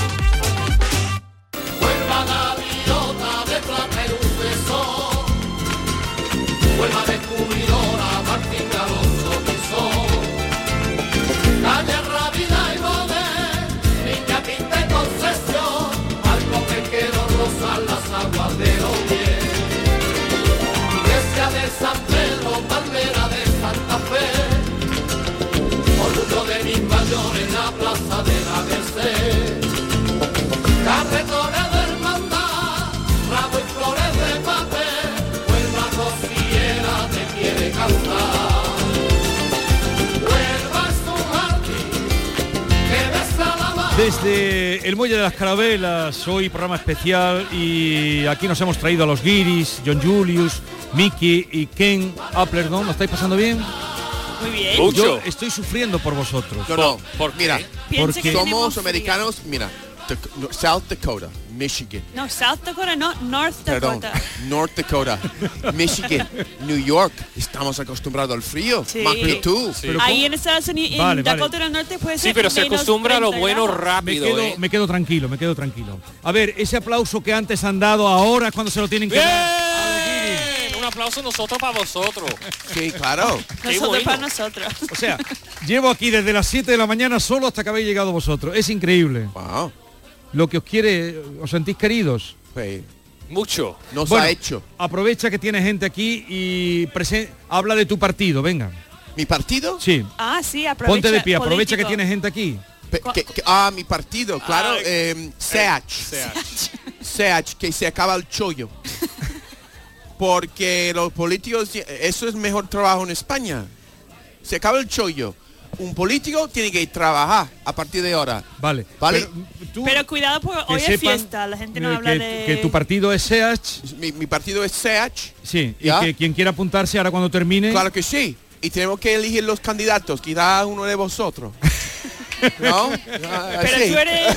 S1: Vuelva gaviota de plata y luz de sol, vuelva descubridora Martín Caroso y sol, calle Rabida y Bodé, niña pinta y concesión, algo que quiero rozar las aguas de Oye, iglesia de San Pedro, bandera de Santa Fe, orgullo de mis mayores en la plaza de la Merced. Carretones de hermandad, rabo y flores de papel, Huelva rociera te quiere cantar. Huelva es un jardín que besa la mar.
S2: Desde el Muelle de las Carabelas, hoy programa especial y aquí nos hemos traído a los Guiris, John Julius, Mickey y Ken Appleton. ¿Lo estáis pasando bien?
S4: Muy bien.
S2: Yo estoy sufriendo por vosotros.
S5: No, no. mira,
S4: Piense que
S5: somos
S4: tenemos frío.
S5: americanos, mira, Dac- no, South Dakota. Michigan.
S4: No, South Dakota, no, North
S5: Perdón,
S4: Dakota.
S5: North Dakota, Michigan, New York. Estamos acostumbrados al frío,
S4: Sí.
S5: más que tú.
S4: Ahí en Estados Unidos, en
S2: Vale, vale.
S4: Dakota del Norte puede
S2: Sí,
S4: ser
S2: pero se
S4: menos
S2: acostumbra a lo
S4: 30
S2: bueno eh.
S4: grados.
S2: me quedo,
S5: eh.
S2: me quedo tranquilo, me quedo tranquilo. A ver, ese aplauso que antes han dado, ahora es cuando se lo tienen que dar.
S6: Bien, un aplauso nosotros para vosotros.
S5: Sí, claro.
S6: Qué
S4: Nosotros
S6: bueno.
S4: para nosotros.
S2: O sea, llevo aquí desde las 7 de la mañana solo hasta que habéis llegado vosotros. Es increíble. Lo que os quiere, os sentís queridos.
S6: Mucho.
S5: Nos ha hecho.
S2: Aprovecha que tiene gente aquí y presen- habla de tu partido, venga.
S5: ¿Mi partido?
S2: Sí.
S4: Ah, sí, aprovecha.
S2: Ponte de pie, aprovecha que
S4: político.
S2: tienes gente aquí.
S5: Pe- que- que- ah, mi partido, claro.
S4: Ah,
S5: eh, SEACH. SEACH, que se acaba el chollo. Porque los políticos, eso es mejor trabajo en España. Se acaba el chollo. Un político tiene que trabajar a partir de ahora.
S2: Vale.
S5: ¿Vale?
S2: Pero
S4: Pero cuidado, porque
S2: que
S4: hoy
S2: sepan,
S4: es fiesta, la gente no
S2: eh,
S4: habla
S2: que,
S4: de...
S2: que tu partido es SEACH.
S5: Mi, mi partido es SEACH.
S2: Sí,
S5: Ya.
S2: y que quien quiera apuntarse ahora cuando termine.
S5: Claro que sí. Y tenemos que elegir los candidatos, quizás uno de vosotros. ¿No? Ah,
S4: Pero
S5: sí.
S4: tú eres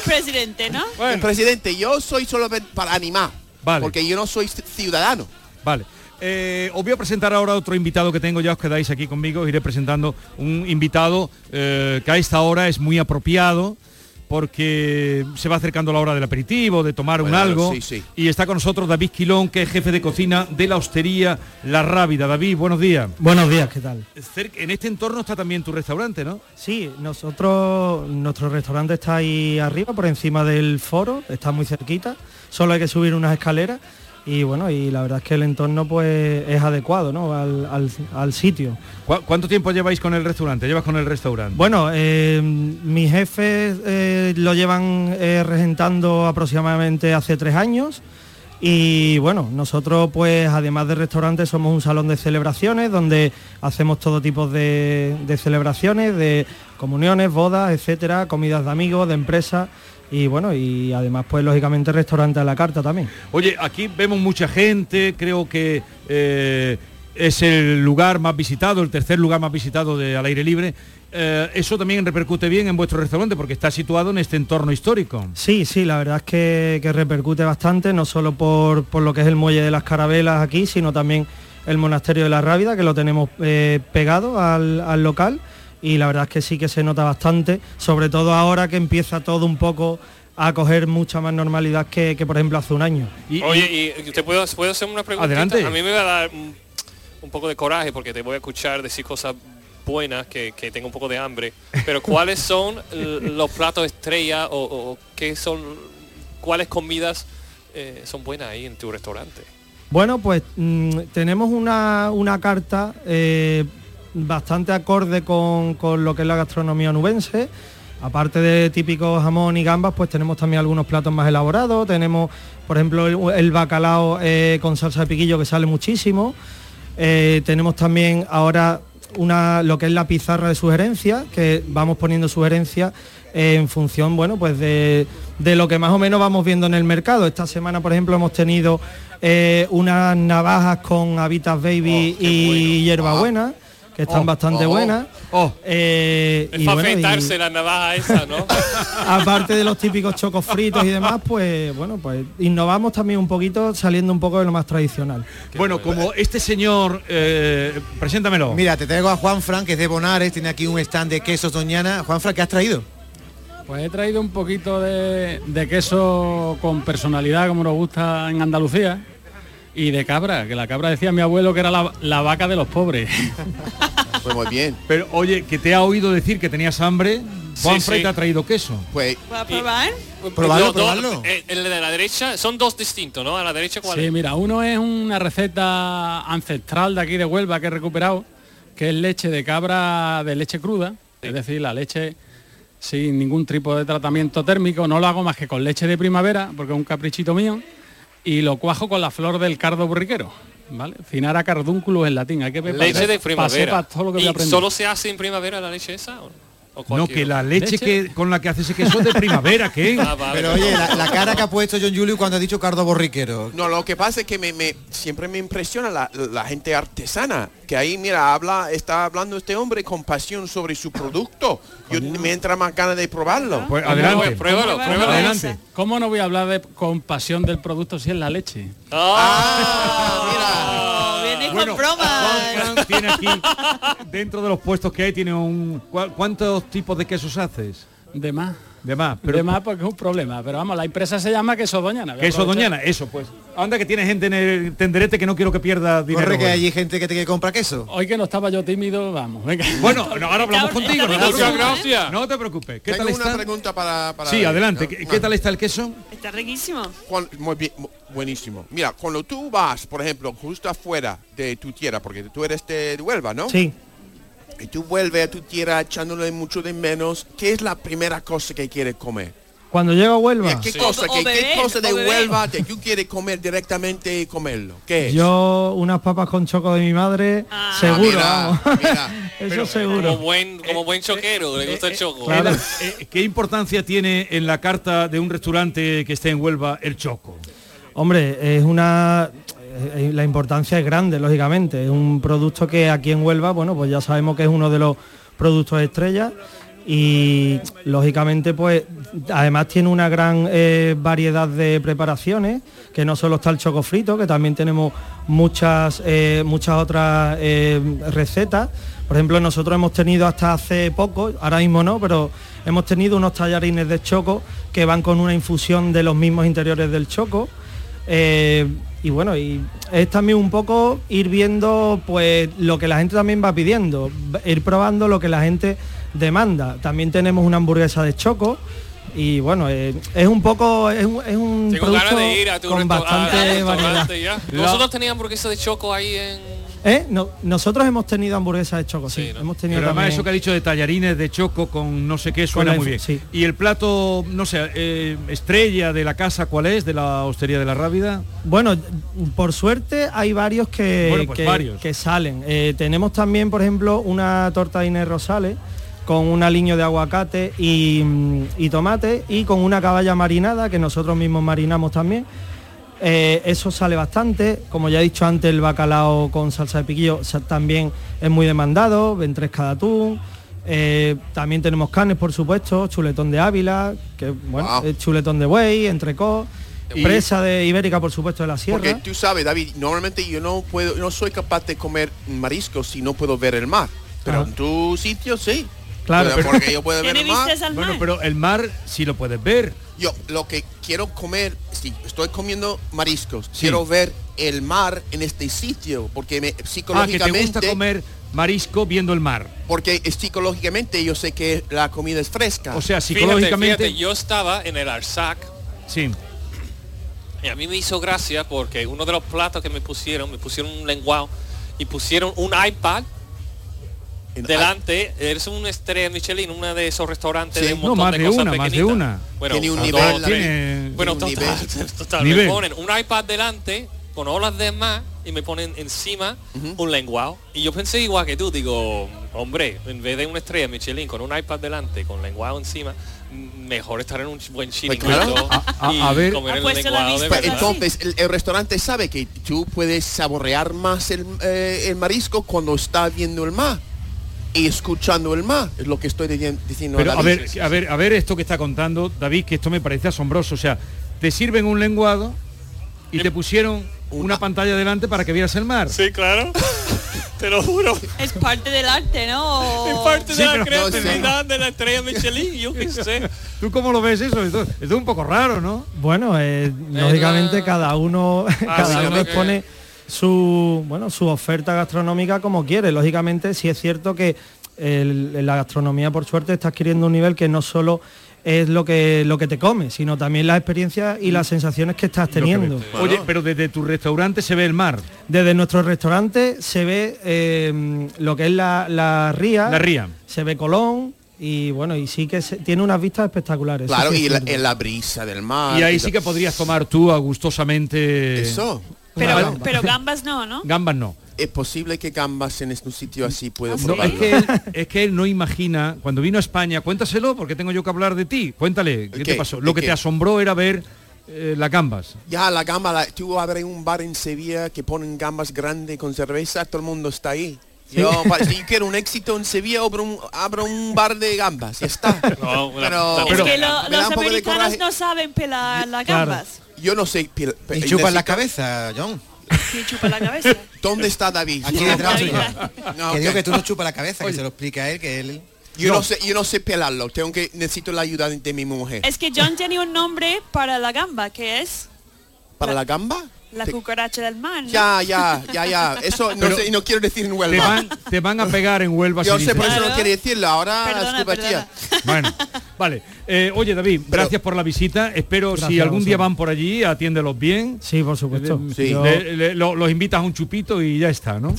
S4: presidente, ¿no?
S5: El presidente, yo soy solo para animar.
S2: Vale.
S5: Porque yo no soy ci- ciudadano.
S2: Vale. Eh, os voy a presentar ahora otro invitado que tengo, ya os quedáis aquí conmigo, os iré presentando un invitado eh, que a esta hora es muy apropiado porque se va acercando la hora del aperitivo, de tomar un
S5: Bueno,
S2: algo.
S5: sí, sí.
S2: Y está con nosotros David Quilón, que es jefe de cocina de la hostería La Rábida. David, buenos días.
S18: Buenos días, ¿qué tal?
S2: Cer- En este entorno está también tu restaurante, ¿no?
S18: Sí, nosotros, nuestro restaurante está ahí arriba, por encima del foro, está muy cerquita, solo hay que subir unas escaleras y bueno, y la verdad es que el entorno pues es adecuado, ¿no? Al, al- al sitio.
S2: ¿Cu- ¿Cuánto tiempo lleváis con el restaurante? ¿Llevas con el restaurante?
S18: Bueno, eh, mis jefes eh, lo llevan eh, regentando aproximadamente hace tres años y bueno, nosotros pues además de restaurante somos un salón de celebraciones donde hacemos todo tipo de, de celebraciones, de comuniones, bodas, etcétera, comidas de amigos, de empresas y bueno, y además pues lógicamente restaurante a la carta también.
S2: Oye, aquí vemos mucha gente, creo que eh, es el lugar más visitado, el tercer lugar más visitado de al aire libre. Eh, eso también repercute bien en vuestro restaurante porque está situado en este entorno histórico.
S18: Sí, sí, la verdad es que, que repercute bastante, no solo por, por lo que es el muelle de las carabelas aquí, sino también el monasterio de la Rábida, que lo tenemos eh, pegado al, al local, y la verdad es que sí que se nota bastante, sobre todo ahora que empieza todo un poco a coger mucha más normalidad que, que por ejemplo hace un año.
S6: Oye, y te puedo, puedo hacer una pregunta.
S18: Adelante.
S6: A mí me va a dar un, un poco de coraje porque te voy a escuchar decir cosas buenas que, que tengo un poco de hambre. Pero ¿cuáles son l- los platos estrella o, o- o qué son cuáles comidas eh, son buenas ahí en tu restaurante?
S18: Bueno, pues mm, tenemos una, una carta eh, bastante acorde con, con lo que es la gastronomía nubense. Aparte de típicos jamón y gambas, pues tenemos también algunos platos más elaborados. Tenemos, por ejemplo, el, el bacalao eh, con salsa de piquillo que sale muchísimo. Eh, tenemos también ahora una, lo que es la pizarra de sugerencias, que vamos poniendo sugerencias eh, en función, bueno, pues de, de lo que más o menos vamos viendo en el mercado. Esta semana, por ejemplo, hemos tenido eh, unas navajas con habitas baby y hierbabuena, que están
S6: Oh,
S18: bastante
S6: oh,
S18: buenas. Eh,
S6: Es
S18: y
S6: para
S18: bueno, y-
S6: afeitarse la navaja esa, ¿no?
S18: aparte de los típicos chocos fritos y demás, pues bueno, pues innovamos también un poquito saliendo un poco de lo más tradicional.
S2: bueno, como este señor, eh, preséntamelo.
S9: Mira, te traigo a Juan Fran, que es de Bonares, tiene aquí un stand de quesos Doñana. Juan Fran, ¿qué has traído?
S19: Pues he traído un poquito de, de queso con personalidad, como nos gusta en Andalucía, y de cabra, que la cabra decía mi abuelo que era la, la vaca de los pobres.
S5: Pues muy bien.
S2: Pero oye, que te ha oído decir que tenías hambre, Juan
S6: Sí,
S2: Frey
S6: sí.
S2: te ha traído queso.
S5: Pues
S4: ¿Va a probar?
S2: Probadlo,
S6: Los dos,
S2: probadlo.
S6: eh, El, de la derecha, son dos distintos, ¿no? A la derecha, ¿cuál
S19: Sí,
S6: es?
S19: mira, uno es una receta ancestral de aquí de Huelva que he recuperado, que es leche de cabra de leche cruda, es decir, la leche sin ningún tipo de tratamiento térmico, no lo hago más que con leche de primavera, porque es un caprichito mío, y lo cuajo con la flor del cardo burriquero, ¿vale? Finara cardúnculo en latín, hay que ver-
S6: Leche de
S19: pasé
S6: primavera.
S19: para todo lo que voy a
S6: ¿Y
S19: aprender.
S6: solo se hace en primavera la leche esa? o no?
S2: No, que la leche, Que, con la que hace ese queso de primavera, ¿qué?
S6: Ah,
S9: Pero oye, la, la cara que ha puesto John Julio cuando ha dicho Cardo Borriquero.
S5: No, lo que pasa es que me, me- siempre me impresiona la, la gente artesana, que ahí, mira, habla, está hablando este hombre con pasión sobre su producto. Yo, me entra más ganas de probarlo.
S2: Ah. Pues adelante.
S19: Pruébalo, Adelante. ¿Cómo no voy a hablar de compasión del producto si es la leche?
S2: Ah. Bueno, Juan Fran tiene aquí, dentro de los puestos que hay, tiene un... ¿cuá- ¿Cuántos tipos de quesos haces?
S19: De más.
S2: De más, pero...
S19: De más porque es un problema. Pero vamos, la empresa se llama Queso Doñana.
S2: Queso Doñana, eso pues. Anda que tiene gente en el tenderete que no quiero que pierda dinero.
S19: que
S2: hoy.
S19: allí
S9: gente que te que compra queso.
S19: Hoy que no estaba yo tímido, vamos, venga.
S2: Bueno, no, ahora hablamos
S19: Ya, ya
S2: contigo. no te
S19: muchas
S2: preocupes.
S19: gracias.
S2: No te preocupes. ¿Qué
S5: Tengo
S2: tal
S5: una
S2: está?
S5: pregunta para... para
S2: Sí,
S5: David,
S2: adelante.
S5: ¿no?
S2: ¿Qué,
S5: No.
S2: qué tal está el queso?
S4: Está riquísimo.
S5: Juan, muy bien, mu- buenísimo. Mira, cuando tú vas, por ejemplo, justo afuera de tu tierra, porque tú eres de Huelva, ¿no?
S18: Sí.
S5: Y tú vuelves a tu tierra echándole mucho de menos, ¿qué es la primera cosa que quieres comer?
S18: Cuando llego a Huelva,
S5: ¿Qué cosa?
S4: Ah, O-
S5: ¿Qué,
S4: o
S5: qué
S4: beber,
S5: cosa de
S4: o beber.
S5: Huelva que tú quieres comer directamente y comerlo? ¿Qué es? Ah.
S18: yo unas papas con choco de mi madre, seguro,
S5: mira,
S18: vamos.
S5: Ah,
S18: Eso seguro.
S6: Como buen, como buen choquero, le gusta el choco.
S2: eh, Claro. Eh, ¿Qué importancia tiene en la carta de un restaurante que esté en Huelva el choco?
S18: Hombre, es una eh, la importancia es grande, lógicamente. Es un producto que aquí en Huelva, bueno, pues ya sabemos que es uno de los productos estrella y lógicamente pues además tiene una gran eh, variedad de preparaciones que no solo está el choco frito que también tenemos muchas eh, muchas otras eh, recetas por ejemplo nosotros hemos tenido hasta hace poco ahora mismo no pero hemos tenido unos tallarines de choco que van con una infusión de los mismos interiores del choco eh, y bueno, y es también un poco ir viendo pues lo que la gente también va pidiendo, ir probando lo que la gente demanda. También tenemos una hamburguesa de choco y bueno, eh, es un poco, es un, es un
S6: Tengo
S18: producto
S6: ganas de ir a tu
S18: con
S6: restaur- al
S18: bastante variedad.
S6: restaurante ya.
S18: La-
S6: Nosotros teníamos hamburguesa de choco ahí en...
S18: ¿Eh? No, nosotros hemos tenido hamburguesa de choco, sí. Hemos tenido
S2: Pero además
S18: también-
S2: eso que ha dicho de tallarines de choco con no sé qué suena
S18: la
S2: muy
S18: infu-
S2: bien.
S18: sí.
S2: Y el plato, no sé, eh, estrella de la casa, ¿cuál es? De la hostería de la Ah, Rábida.
S18: Bueno, por suerte hay varios que,
S2: Bueno, pues
S18: que,
S2: varios.
S18: que salen. Eh, tenemos también, por ejemplo, una torta de Inés Rosales con un aliño de aguacate y, mm, y tomate y con una caballa marinada que nosotros mismos marinamos también. Eh, eso sale bastante. Como ya he dicho antes, el bacalao con salsa de piquillo sa- también es muy demandado, ventresca de atún. Eh, también tenemos carnes, por supuesto, chuletón de Ávila, que bueno, es chuletón de buey, entrecot,
S5: Y-
S18: presa de ibérica, por supuesto, de la sierra.
S5: Porque tú sabes, David, normalmente yo no puedo, no soy capaz de comer mariscos si no puedo ver el mar. Pero en tu sitio sí.
S2: Ah. Claro,
S5: Pero
S2: pero-
S5: porque yo puedo ver el mar.
S2: Bueno, pero el mar sí lo puedes ver.
S5: Yo lo que quiero comer, si estoy comiendo mariscos, quiero ver el mar en este sitio, porque me,
S2: Ah, que
S5: psicológicamente...
S2: te gusta comer marisco viendo el mar.
S5: Porque eh, psicológicamente yo sé que la comida es fresca.
S2: O sea,
S6: Fíjate, fíjate, yo estaba en el Arsac
S2: Sí.
S6: y a mí me hizo gracia porque uno de los platos que me pusieron, me pusieron un lenguado y pusieron un iPad delante. Es un estrella Michelin, una de esos restaurantes de un
S2: No,
S6: montón
S2: más de
S6: cosas
S2: una, más de
S6: pequeñitas.
S2: una.
S6: Bueno,
S2: Tiene un
S6: dos,
S2: nivel,
S6: tres.
S2: Tiene-
S6: bueno,
S2: tiene un
S6: total,
S2: nivel.
S6: total,
S2: Nivel.
S6: me ponen un iPad delante con olas de más y me ponen encima un lenguado. Y yo pensé igual que tú, digo, hombre, en vez de una estrella Michelin con un iPad delante, con lenguado encima, m- mejor estar en un ch- buen
S2: Pues
S6: chiringuito
S5: claro.
S2: A-
S6: y
S2: Ah, a- a ver.
S6: comer
S2: Ha
S6: el
S2: puesto la
S6: lenguado de
S2: vista
S6: verdad.
S5: Entonces, el, el restaurante sabe que tú puedes saborear más el, eh, el marisco cuando está viendo el mar y escuchando el mar, es lo que estoy dicien- diciendo.
S2: Pero a
S5: David.
S2: ver, a ver, a ver esto que está contando David, que esto me parece asombroso. O sea, te sirven un lenguado y te pusieron una pantalla delante para que vieras el mar.
S6: Sí, claro. Te lo juro.
S4: Es parte del arte, ¿no?
S6: Es parte de la
S2: pero-
S6: creatividad de la estrella Michelin, yo qué sé.
S2: ¿Tú cómo lo ves eso? Esto, esto es un poco raro, ¿no?
S18: Bueno, eh, lógicamente cada uno, cada uno
S2: Básicamente.
S18: expone su bueno su oferta gastronómica como quiere. Lógicamente sí es cierto que el- la gastronomía por suerte está adquiriendo un nivel que no solo es lo que lo que te comes, sino también las experiencias y las sensaciones que estás teniendo.
S2: Oye, pero desde tu restaurante se ve el mar.
S18: Desde nuestro restaurante se ve eh, lo que es la, la ría,
S2: La ría.
S18: se ve Colón y bueno, y sí que se- tiene unas vistas espectaculares. eso
S5: Claro,
S18: sí es
S5: y la,
S18: cierto.
S5: en la brisa del mar.
S2: Y ahí sí que podrías tomar tú a gustosamente.
S5: Eso.
S2: Una
S4: Pero,
S2: gamba.
S4: pero gambas no, ¿no?
S2: Gambas no.
S5: es posible que gambas en un sitio así pueda
S2: No,
S5: probarlo.
S2: es, que él, es que él no imagina, cuando vino a España, cuéntaselo porque tengo yo que hablar de ti. Cuéntale, ¿qué te
S5: Ok,
S2: pasó? Lo que
S5: ok.
S2: te asombró era ver eh, las gambas.
S5: Ya, la gamba, la, tú abres un bar en Sevilla que ponen gambas grandes con cerveza, todo el mundo está ahí.
S2: Sí.
S5: Yo, pa- si yo quiero un éxito en Sevilla, abro un, abro un bar de gambas, ya está. Pero,
S4: Es
S5: me
S4: que lo-
S5: da
S4: los
S5: un poco de
S4: americanos
S5: coraje.
S4: no saben pelar las gambas.
S5: Yo no sé... pil- pe-
S9: Y chupan la
S5: necesito-
S9: cabeza, John.
S4: Sí, chupan la cabeza.
S5: ¿Dónde está David?
S9: Aquí detrás tuyo.
S5: No,
S9: Que digo
S5: ok.
S9: que tú no chupas la cabeza, que se lo explica a él, que él...
S5: Yo no. sé, yo no sé pelarlo, tengo que, necesito la ayuda de, de mi mujer.
S4: Es que John tiene un nombre para la gamba, que es
S5: ¿Para la gamba?
S4: la
S5: Te-
S4: cucaracha del mar. ¿no?
S5: Ya, ya, ya, ya. Eso no,
S2: Pero-
S5: sé, no quiero decir en
S2: Te
S5: Huelva.
S2: van, te van a pegar en Huelva.
S5: Yo
S2: si
S5: sé, por
S2: dices-
S5: eso no quería decirlo. Ahora,
S4: Perdona,
S5: disculpa,
S4: perdona.
S5: tía.
S2: Bueno, vale. Eh, oye, David, gracias por la visita. Espero si
S18: Gracias a
S2: algún día
S18: vosotros.
S2: van por allí, atiéndelos bien.
S18: Sí, por supuesto.
S2: Le-
S18: Yo-
S2: le- le- lo- los invitas a un chupito y ya está, ¿no?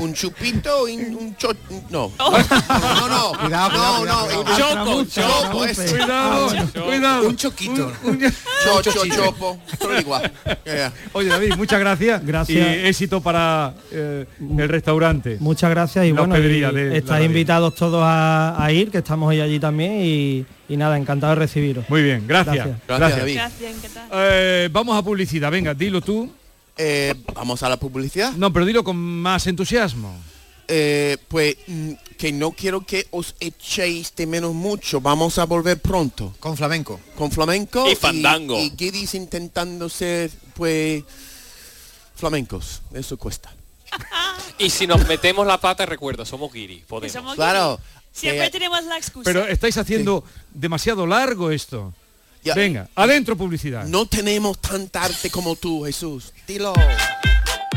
S5: Un chupito y un cho... No. No, no.
S9: Cuidado, cuidado,
S5: No,
S9: cuidado,
S5: no.
S9: cuidado.
S5: un Choco,
S9: Altramucho,
S5: choco.
S9: altramucho.
S5: es-
S9: Cuidado,
S5: choco.
S2: cuidado.
S5: Un choquito. Chocho, chopo. Todo igual. Ya, ya.
S2: Oye, David, muchas gracias.
S18: Gracias.
S2: Y éxito para eh, el restaurante.
S18: Muchas gracias y
S2: La
S18: bueno,
S2: hospedería
S18: y
S2: de la
S18: estáis
S2: radio.
S18: invitados todos a, a ir, que estamos hoy allí también y, y nada, encantado de recibiros.
S2: Muy bien, gracias.
S4: Gracias, ¿qué tal?
S2: Eh, vamos a publicidad, venga, dilo tú.
S5: Eh, vamos a la publicidad.
S2: No, pero dilo con más entusiasmo.
S5: Eh, pues mm, que no quiero que os echéis de menos mucho. Vamos a volver pronto.
S9: Con flamenco.
S5: Con flamenco.
S6: Y fandango.
S5: Y, guidis intentando ser, pues, flamencos. Eso cuesta.
S6: Y si nos metemos la pata, recuerda, somos guiri.
S4: Que
S6: Podemos.
S4: somos guiris. Siempre
S5: Eh,
S6: Siempre
S4: tenemos la excusa.
S2: Pero estáis haciendo demasiado largo esto.
S5: Ya.
S2: Venga, adentro publicidad.
S5: No tenemos tanta arte como tú, Jesús. Dilo.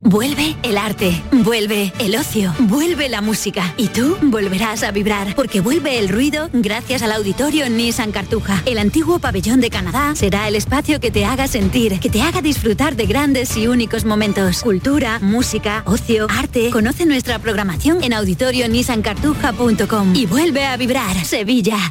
S20: Vuelve el arte, vuelve el ocio, vuelve la música y tú volverás a vibrar porque vuelve el ruido gracias al auditorio Nissan Cartuja. El antiguo pabellón de Canadá será el espacio que te haga sentir, que te haga disfrutar de grandes y únicos momentos. Cultura, música, ocio, arte. Conoce nuestra programación en auditorionissancartuja.com y vuelve a vibrar Sevilla.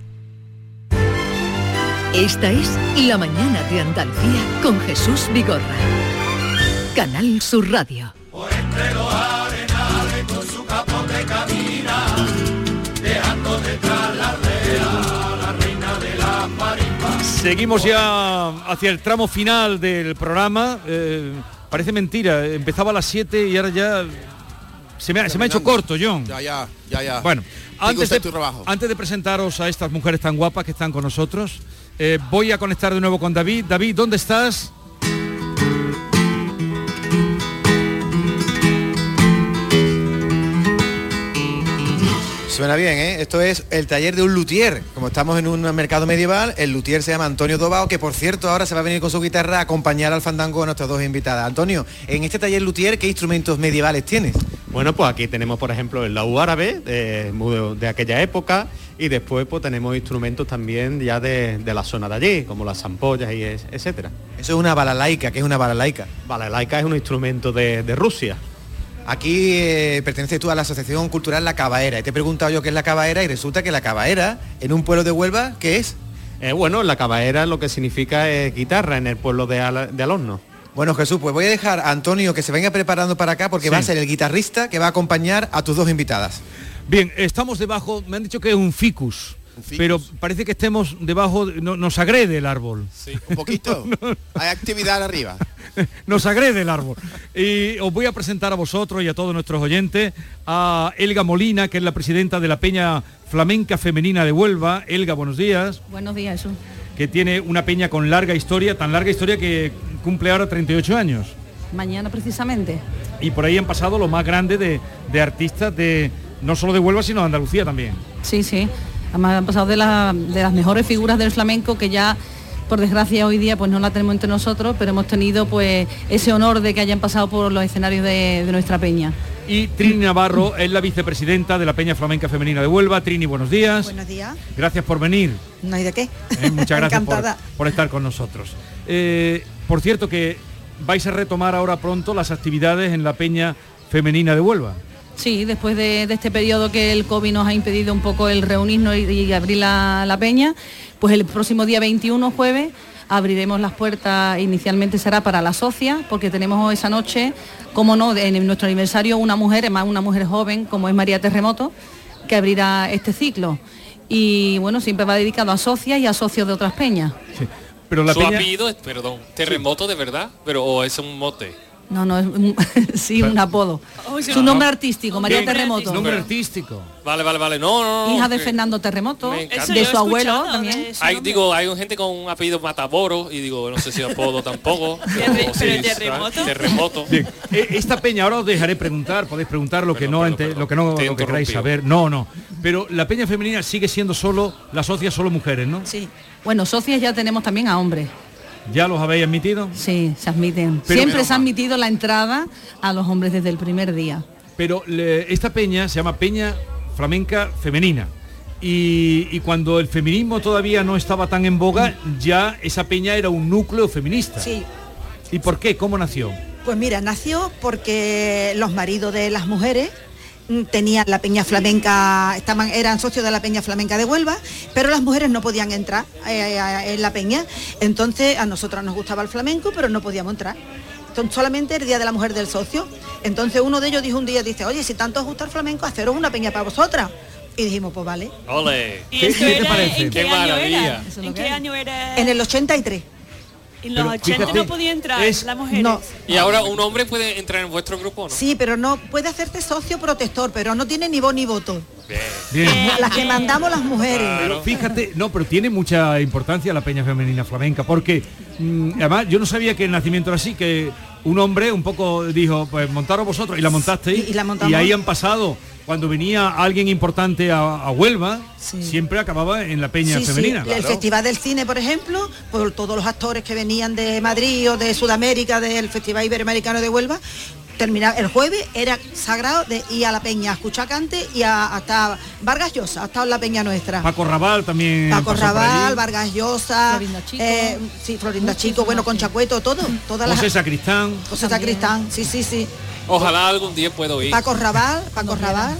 S11: Esta es La mañana de Andalucía con Jesús Vigorra. Canal Sur Radio.
S1: con su capote camina, dejando detrás la rea, la reina de las marimbas.
S2: Seguimos ya hacia el tramo final del programa. Eh, parece mentira, empezaba a las 7 y ahora ya Se me ha, se me ha hecho corto, John.
S5: Ya, ya, ya, ya.
S2: Bueno,
S5: Te
S2: antes
S5: gusta
S2: de,
S5: tu trabajo.
S2: antes de presentaros a estas mujeres tan guapas que están con nosotros, eh, voy a conectar de nuevo con David. David, ¿dónde estás?
S9: Suena bien, ¿eh? Esto es el taller de un luthier. Como estamos en un mercado medieval, el luthier se llama Antonio Dobao, que por cierto ahora se va a venir con su guitarra a acompañar al fandango a nuestras dos invitadas. Antonio, en este taller luthier, ¿qué instrumentos medievales tienes?
S7: Bueno, pues aquí tenemos, por ejemplo, el laúd árabe, eh, muy de, de aquella época, y después pues tenemos instrumentos también ya de, de la zona de allí, como las zampollas y es- etcétera.
S9: Eso es una balalaika, ¿qué es una balalaika?
S7: Balalaika es un instrumento de, de Rusia.
S9: Aquí eh, perteneces tú a la Asociación Cultural La Cabaera. Y te he preguntado yo qué es la cabaera y resulta que la cabaera, en un pueblo de Huelva, ¿qué es?
S7: Eh, bueno, la cabaera lo que significa es guitarra en el pueblo de, Al- de Alonso.
S9: Bueno, Jesús, pues voy a dejar a Antonio que se venga preparando para acá porque
S7: Sí.
S9: va a ser el guitarrista que va a acompañar a tus dos invitadas.
S2: Bien, estamos debajo, me han dicho que es un ficus, pero parece que estemos debajo, de- no- nos agrede el árbol.
S5: Un poquito. Hay actividad arriba.
S2: Nos agrede el árbol. Y os voy a presentar a vosotros y a todos nuestros oyentes a Elga Molina, que es la presidenta de la Peña Flamenca Femenina de Huelva. Elga, buenos días.
S21: Buenos días, Jesús.
S2: Que tiene una peña con larga historia, tan larga historia que cumple ahora 38 años.
S21: Mañana precisamente.
S2: Y por ahí han pasado lo más grande de, de artistas de no solo de Huelva, sino de Andalucía también.
S21: Sí, sí. Además han pasado de, la- de las mejores figuras del flamenco que ya, por desgracia, hoy día pues no la tenemos entre nosotros, pero hemos tenido pues ese honor de que hayan pasado por los escenarios de, de nuestra peña.
S2: Y Trini Navarro es la vicepresidenta de la Peña Flamenca Femenina de Huelva. Trini, buenos días.
S22: Buenos días.
S2: Gracias por venir.
S22: No hay de qué.
S2: ¿eh? Muchas gracias por,
S22: Encantada.
S2: por estar con nosotros. Eh, por cierto que vais a retomar ahora pronto las actividades en la Peña Femenina de Huelva.
S21: Sí, después de, de este periodo que el COVID nos ha impedido un poco el reunirnos y, y abrir la, la peña, pues el próximo día 21, jueves, abriremos las puertas, inicialmente será para las socias, porque tenemos esa noche, como no, de- en nuestro aniversario, una mujer, más una mujer joven, como es María Terremoto, que abrirá este ciclo. Y bueno, siempre va dedicado a socias y a socios de otras peñas.
S2: Pero
S6: la
S21: la
S6: Su
S21: peña-
S6: apellido es, perdón, terremoto de verdad, pero o es un mote.
S21: No, no, es un- sí, un apodo. Su nombre artístico, María Terremoto.
S2: Nombre artístico.
S6: Vale, vale, vale. No, no, no.
S21: Hija de
S6: que-
S21: Fernando Terremoto,
S6: Me encanta.
S21: de su abuelo también.
S6: Hay, digo, hay gente con un apellido Mataboro y digo, no sé si apodo tampoco. o sí, es- terremoto.
S2: Bien, eh, esta peña ahora os dejaré preguntar, podéis preguntar lo que no ente- lo que no lo que queráis saber. No, no. Pero la peña femenina sigue siendo solo las socias solo mujeres, ¿no?
S21: Sí. Bueno, socias ya tenemos también a hombres.
S2: Ya los habéis admitido.
S21: Sí, se admiten.
S2: Pero-
S21: Siempre se ha admitido la entrada a los hombres desde el primer día.
S2: Pero le- esta peña se llama Peña Flamenca Femenina. Y, y cuando el feminismo todavía no estaba tan en boga, ya esa peña era un núcleo feminista.
S22: Sí.
S2: ¿Y por qué? ¿Cómo nació?
S22: Pues mira, nació porque los maridos de las mujeres mm, tenían la peña flamenca, estaban, eran socios de la peña flamenca de Huelva, pero las mujeres no podían entrar eh, a- en la peña. Entonces a nosotras nos gustaba el flamenco, pero no podíamos entrar. Entonces, solamente el Día de la Mujer del Socio. Entonces uno de ellos dijo un día, dice, oye, si tanto os gusta el flamenco, haceros una peña para vosotras. Y dijimos, pues vale.
S6: Ole.
S22: ¿Y esto era-
S6: parece?
S22: en qué año era?
S4: ¿En qué año era?
S22: En el 83.
S4: En los
S6: Pero
S4: 80
S6: fíjate,
S4: no podía entrar
S6: es-
S4: las mujeres.
S6: Y ahora un hombre puede entrar en vuestro grupo, ¿no?
S22: Sí, pero no puede hacerte socio protector, pero no tiene ni voz ni voto.
S6: Bien.
S22: Las que mandamos las mujeres.
S2: Pero fíjate, no, pero tiene mucha importancia la peña femenina flamenca, porque mm, además yo no sabía que el nacimiento era así, que un hombre un poco dijo, pues montaros vosotros, y la montasteis,
S22: Y- y la montamos.
S2: ahí han pasado, cuando venía alguien importante a, a Huelva, siempre acababa en la peña
S22: Sí, sí,
S2: femenina.
S22: El Festival del Cine, por ejemplo, por todos los actores que venían de Madrid o de Sudamérica, del Festival Iberoamericano de Huelva, terminaba el jueves, era sagrado de ir a la peña a escuchar cante y a- hasta Vargas Llosa, ha estado en la peña nuestra.
S2: Paco Rabal también.
S22: Paco
S2: pasó por
S22: Rabal,
S2: allí.
S22: Vargas Llosa, eh, sí, Florinda Chico, bueno, Concha Cueto, todo, todas las
S2: José Sacristán.
S22: José Sacristán, sí, sí, sí.
S6: Ojalá algún día puedo ir.
S22: Paco Rabal, Paco Rabal.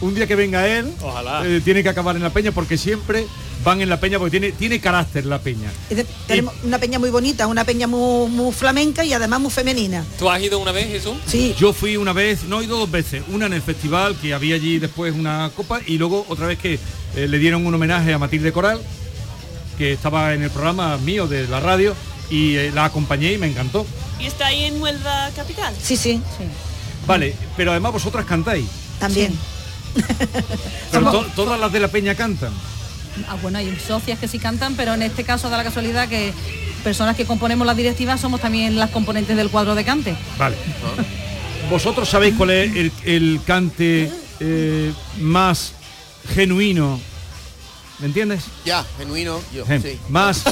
S2: Un día que venga él,
S6: Ojalá.
S2: eh, tiene que acabar en la peña porque siempre van en la peña porque tiene, tiene carácter la peña.
S22: Y de- Tenemos una peña muy bonita, una peña muy, muy flamenca y además muy femenina.
S6: ¿Tú has ido una vez, Jesús?
S2: Yo fui una vez, no he ido dos veces, una en el festival que había allí después una copa y luego otra vez que eh, le dieron un homenaje a Matilde Coral, que estaba en el programa mío de la radio y eh, la acompañé y me encantó.
S4: ¿Y está ahí en Huelva Capital?
S22: Sí, sí.
S2: Vale, pero además vosotras cantáis.
S12: También.
S2: Pero to- todas las de la peña cantan.
S21: Ah, bueno, hay socias que sí cantan, pero en este caso da la casualidad que personas que componemos las directivas somos también las componentes del cuadro de cante.
S2: Vale. ¿Vosotros sabéis cuál es el, el cante eh, más genuino? ¿Me entiendes?
S5: Ya, genuino, yo,
S2: Em,
S5: sí.
S2: Más.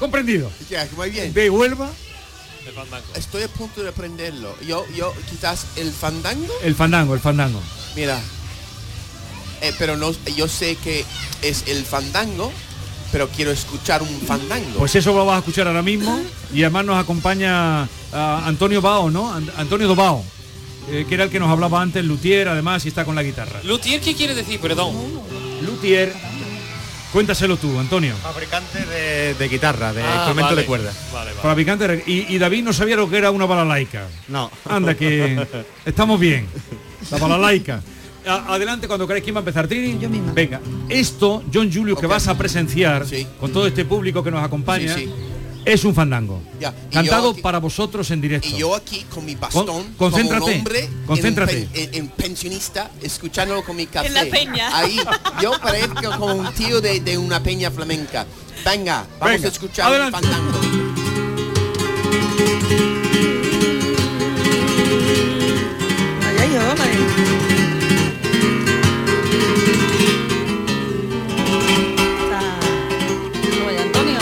S2: Comprendido.
S5: Ya, muy bien.
S2: ¿De Huelva?
S5: Estoy a punto de aprenderlo. Yo, yo, quizás el fandango.
S2: El fandango, el fandango.
S5: Mira, eh, pero no, yo sé que es el fandango, pero quiero escuchar un fandango.
S2: Pues eso lo vas a escuchar ahora mismo y además nos acompaña ah, Antonio Bao, ¿no? An- Antonio Dobao, eh, que era el que nos hablaba antes, Luthier, además, y está con la guitarra.
S6: Luthier, ¿qué quiere decir? Perdón.
S2: Luthier, cuéntaselo tú, Antonio.
S23: Fabricante de, de guitarra, de
S2: Ah,
S23: instrumento
S2: vale,
S23: de cuerda.
S6: Vale,
S2: Fabricante de- y, y David no sabía lo que era una balalaika.
S23: No.
S2: Anda, que estamos bien. La balalaika. A- Adelante cuando queráis quién va a empezar, Trini. Venga, esto, John Julio, que vas a presenciar con todo este público que nos acompaña,
S5: Sí, sí.
S2: es un fandango.
S5: Ya, y yo
S2: Cantado
S5: aquí-
S2: para vosotros en directo.
S5: Y yo aquí con mi bastón,
S2: Con-
S5: como un
S2: concéntrate,
S5: hombre, en un
S2: concéntrate.
S5: pen- En, en pensionista, escuchándolo con mi café.
S24: En la peña.
S5: Ahí, yo parezco como un tío de, de una peña flamenca. Venga, vamos
S2: Venga,
S5: a escuchar un fandango.
S12: Ay, ay,
S21: Oye, Antonio.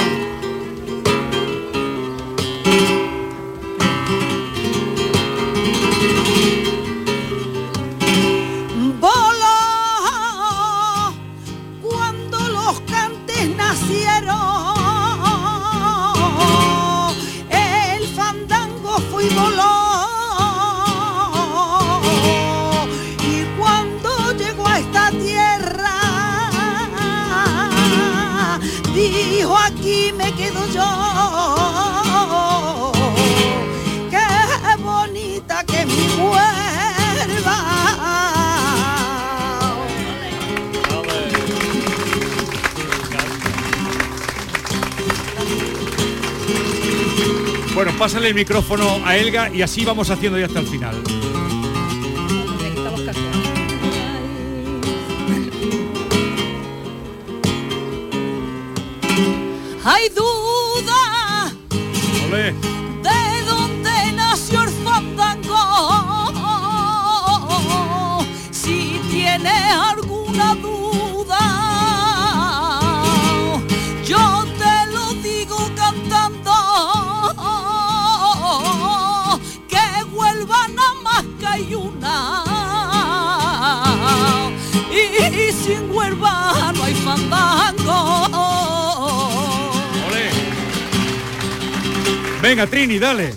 S12: voló cuando los cantes nacieron. El fandango fui voló y cuando llegó a esta tierra dijo aquí me quedo yo. Qué bonita que es mi cuerva.
S2: Bueno, pásale el micrófono a Elga y así vamos haciendo ya hasta el final.
S12: Hay duda
S2: Olé.
S12: de dónde nació el fandango. Si tiene alguna duda, yo te lo digo cantando. Que vuelva nada más que hay una. Y sin huelva no hay fandango.
S2: Venga, Trini, dale.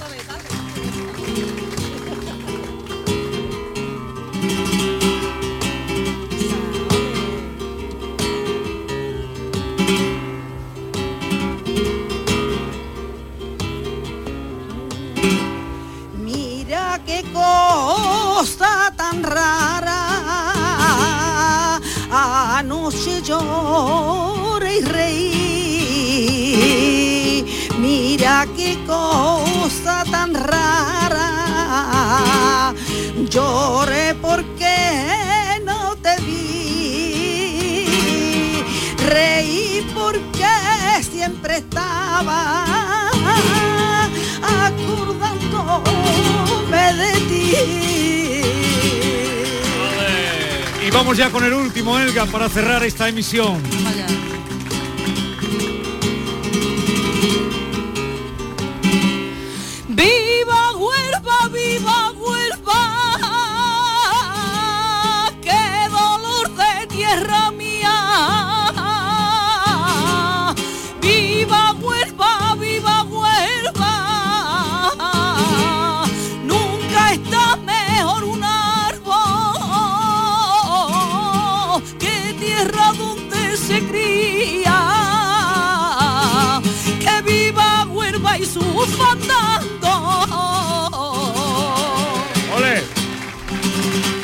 S12: Mira qué cosa tan rara. Anoche lloré y reí. Mira qué cosa tan rara. Lloré porque no te vi. Reí porque siempre estaba acordándome de ti.
S2: Y vamos ya con el último, Elga, para cerrar esta emisión.
S12: ¡Viva Huelva, viva Huelva! ¡Qué dolor de tierra mía! ¡Viva Huelva, viva Huelva! Nunca está mejor un árbol que tierra donde se cría. ¡Que viva Huelva y su fandango!
S2: Ole.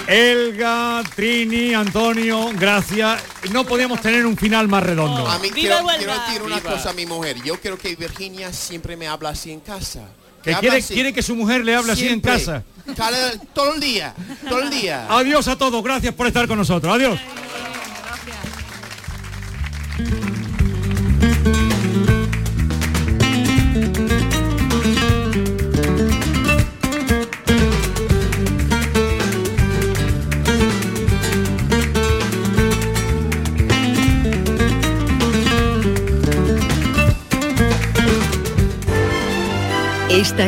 S2: Elga, Trini, Antonio, gracias. No podíamos tener un final más redondo.
S5: A mí
S12: ¡Viva
S5: quiero, quiero decir una
S2: Viva.
S5: cosa a mi mujer. Yo creo que Virginia siempre me habla así en casa.
S2: Que
S5: habla
S2: quiere,
S5: así.
S2: quiere que su mujer le hable
S5: Siempre.
S2: así en casa.
S5: Cada- todo el día, todo el día.
S2: Adiós a todos, gracias por estar con nosotros. Adiós.
S11: Esta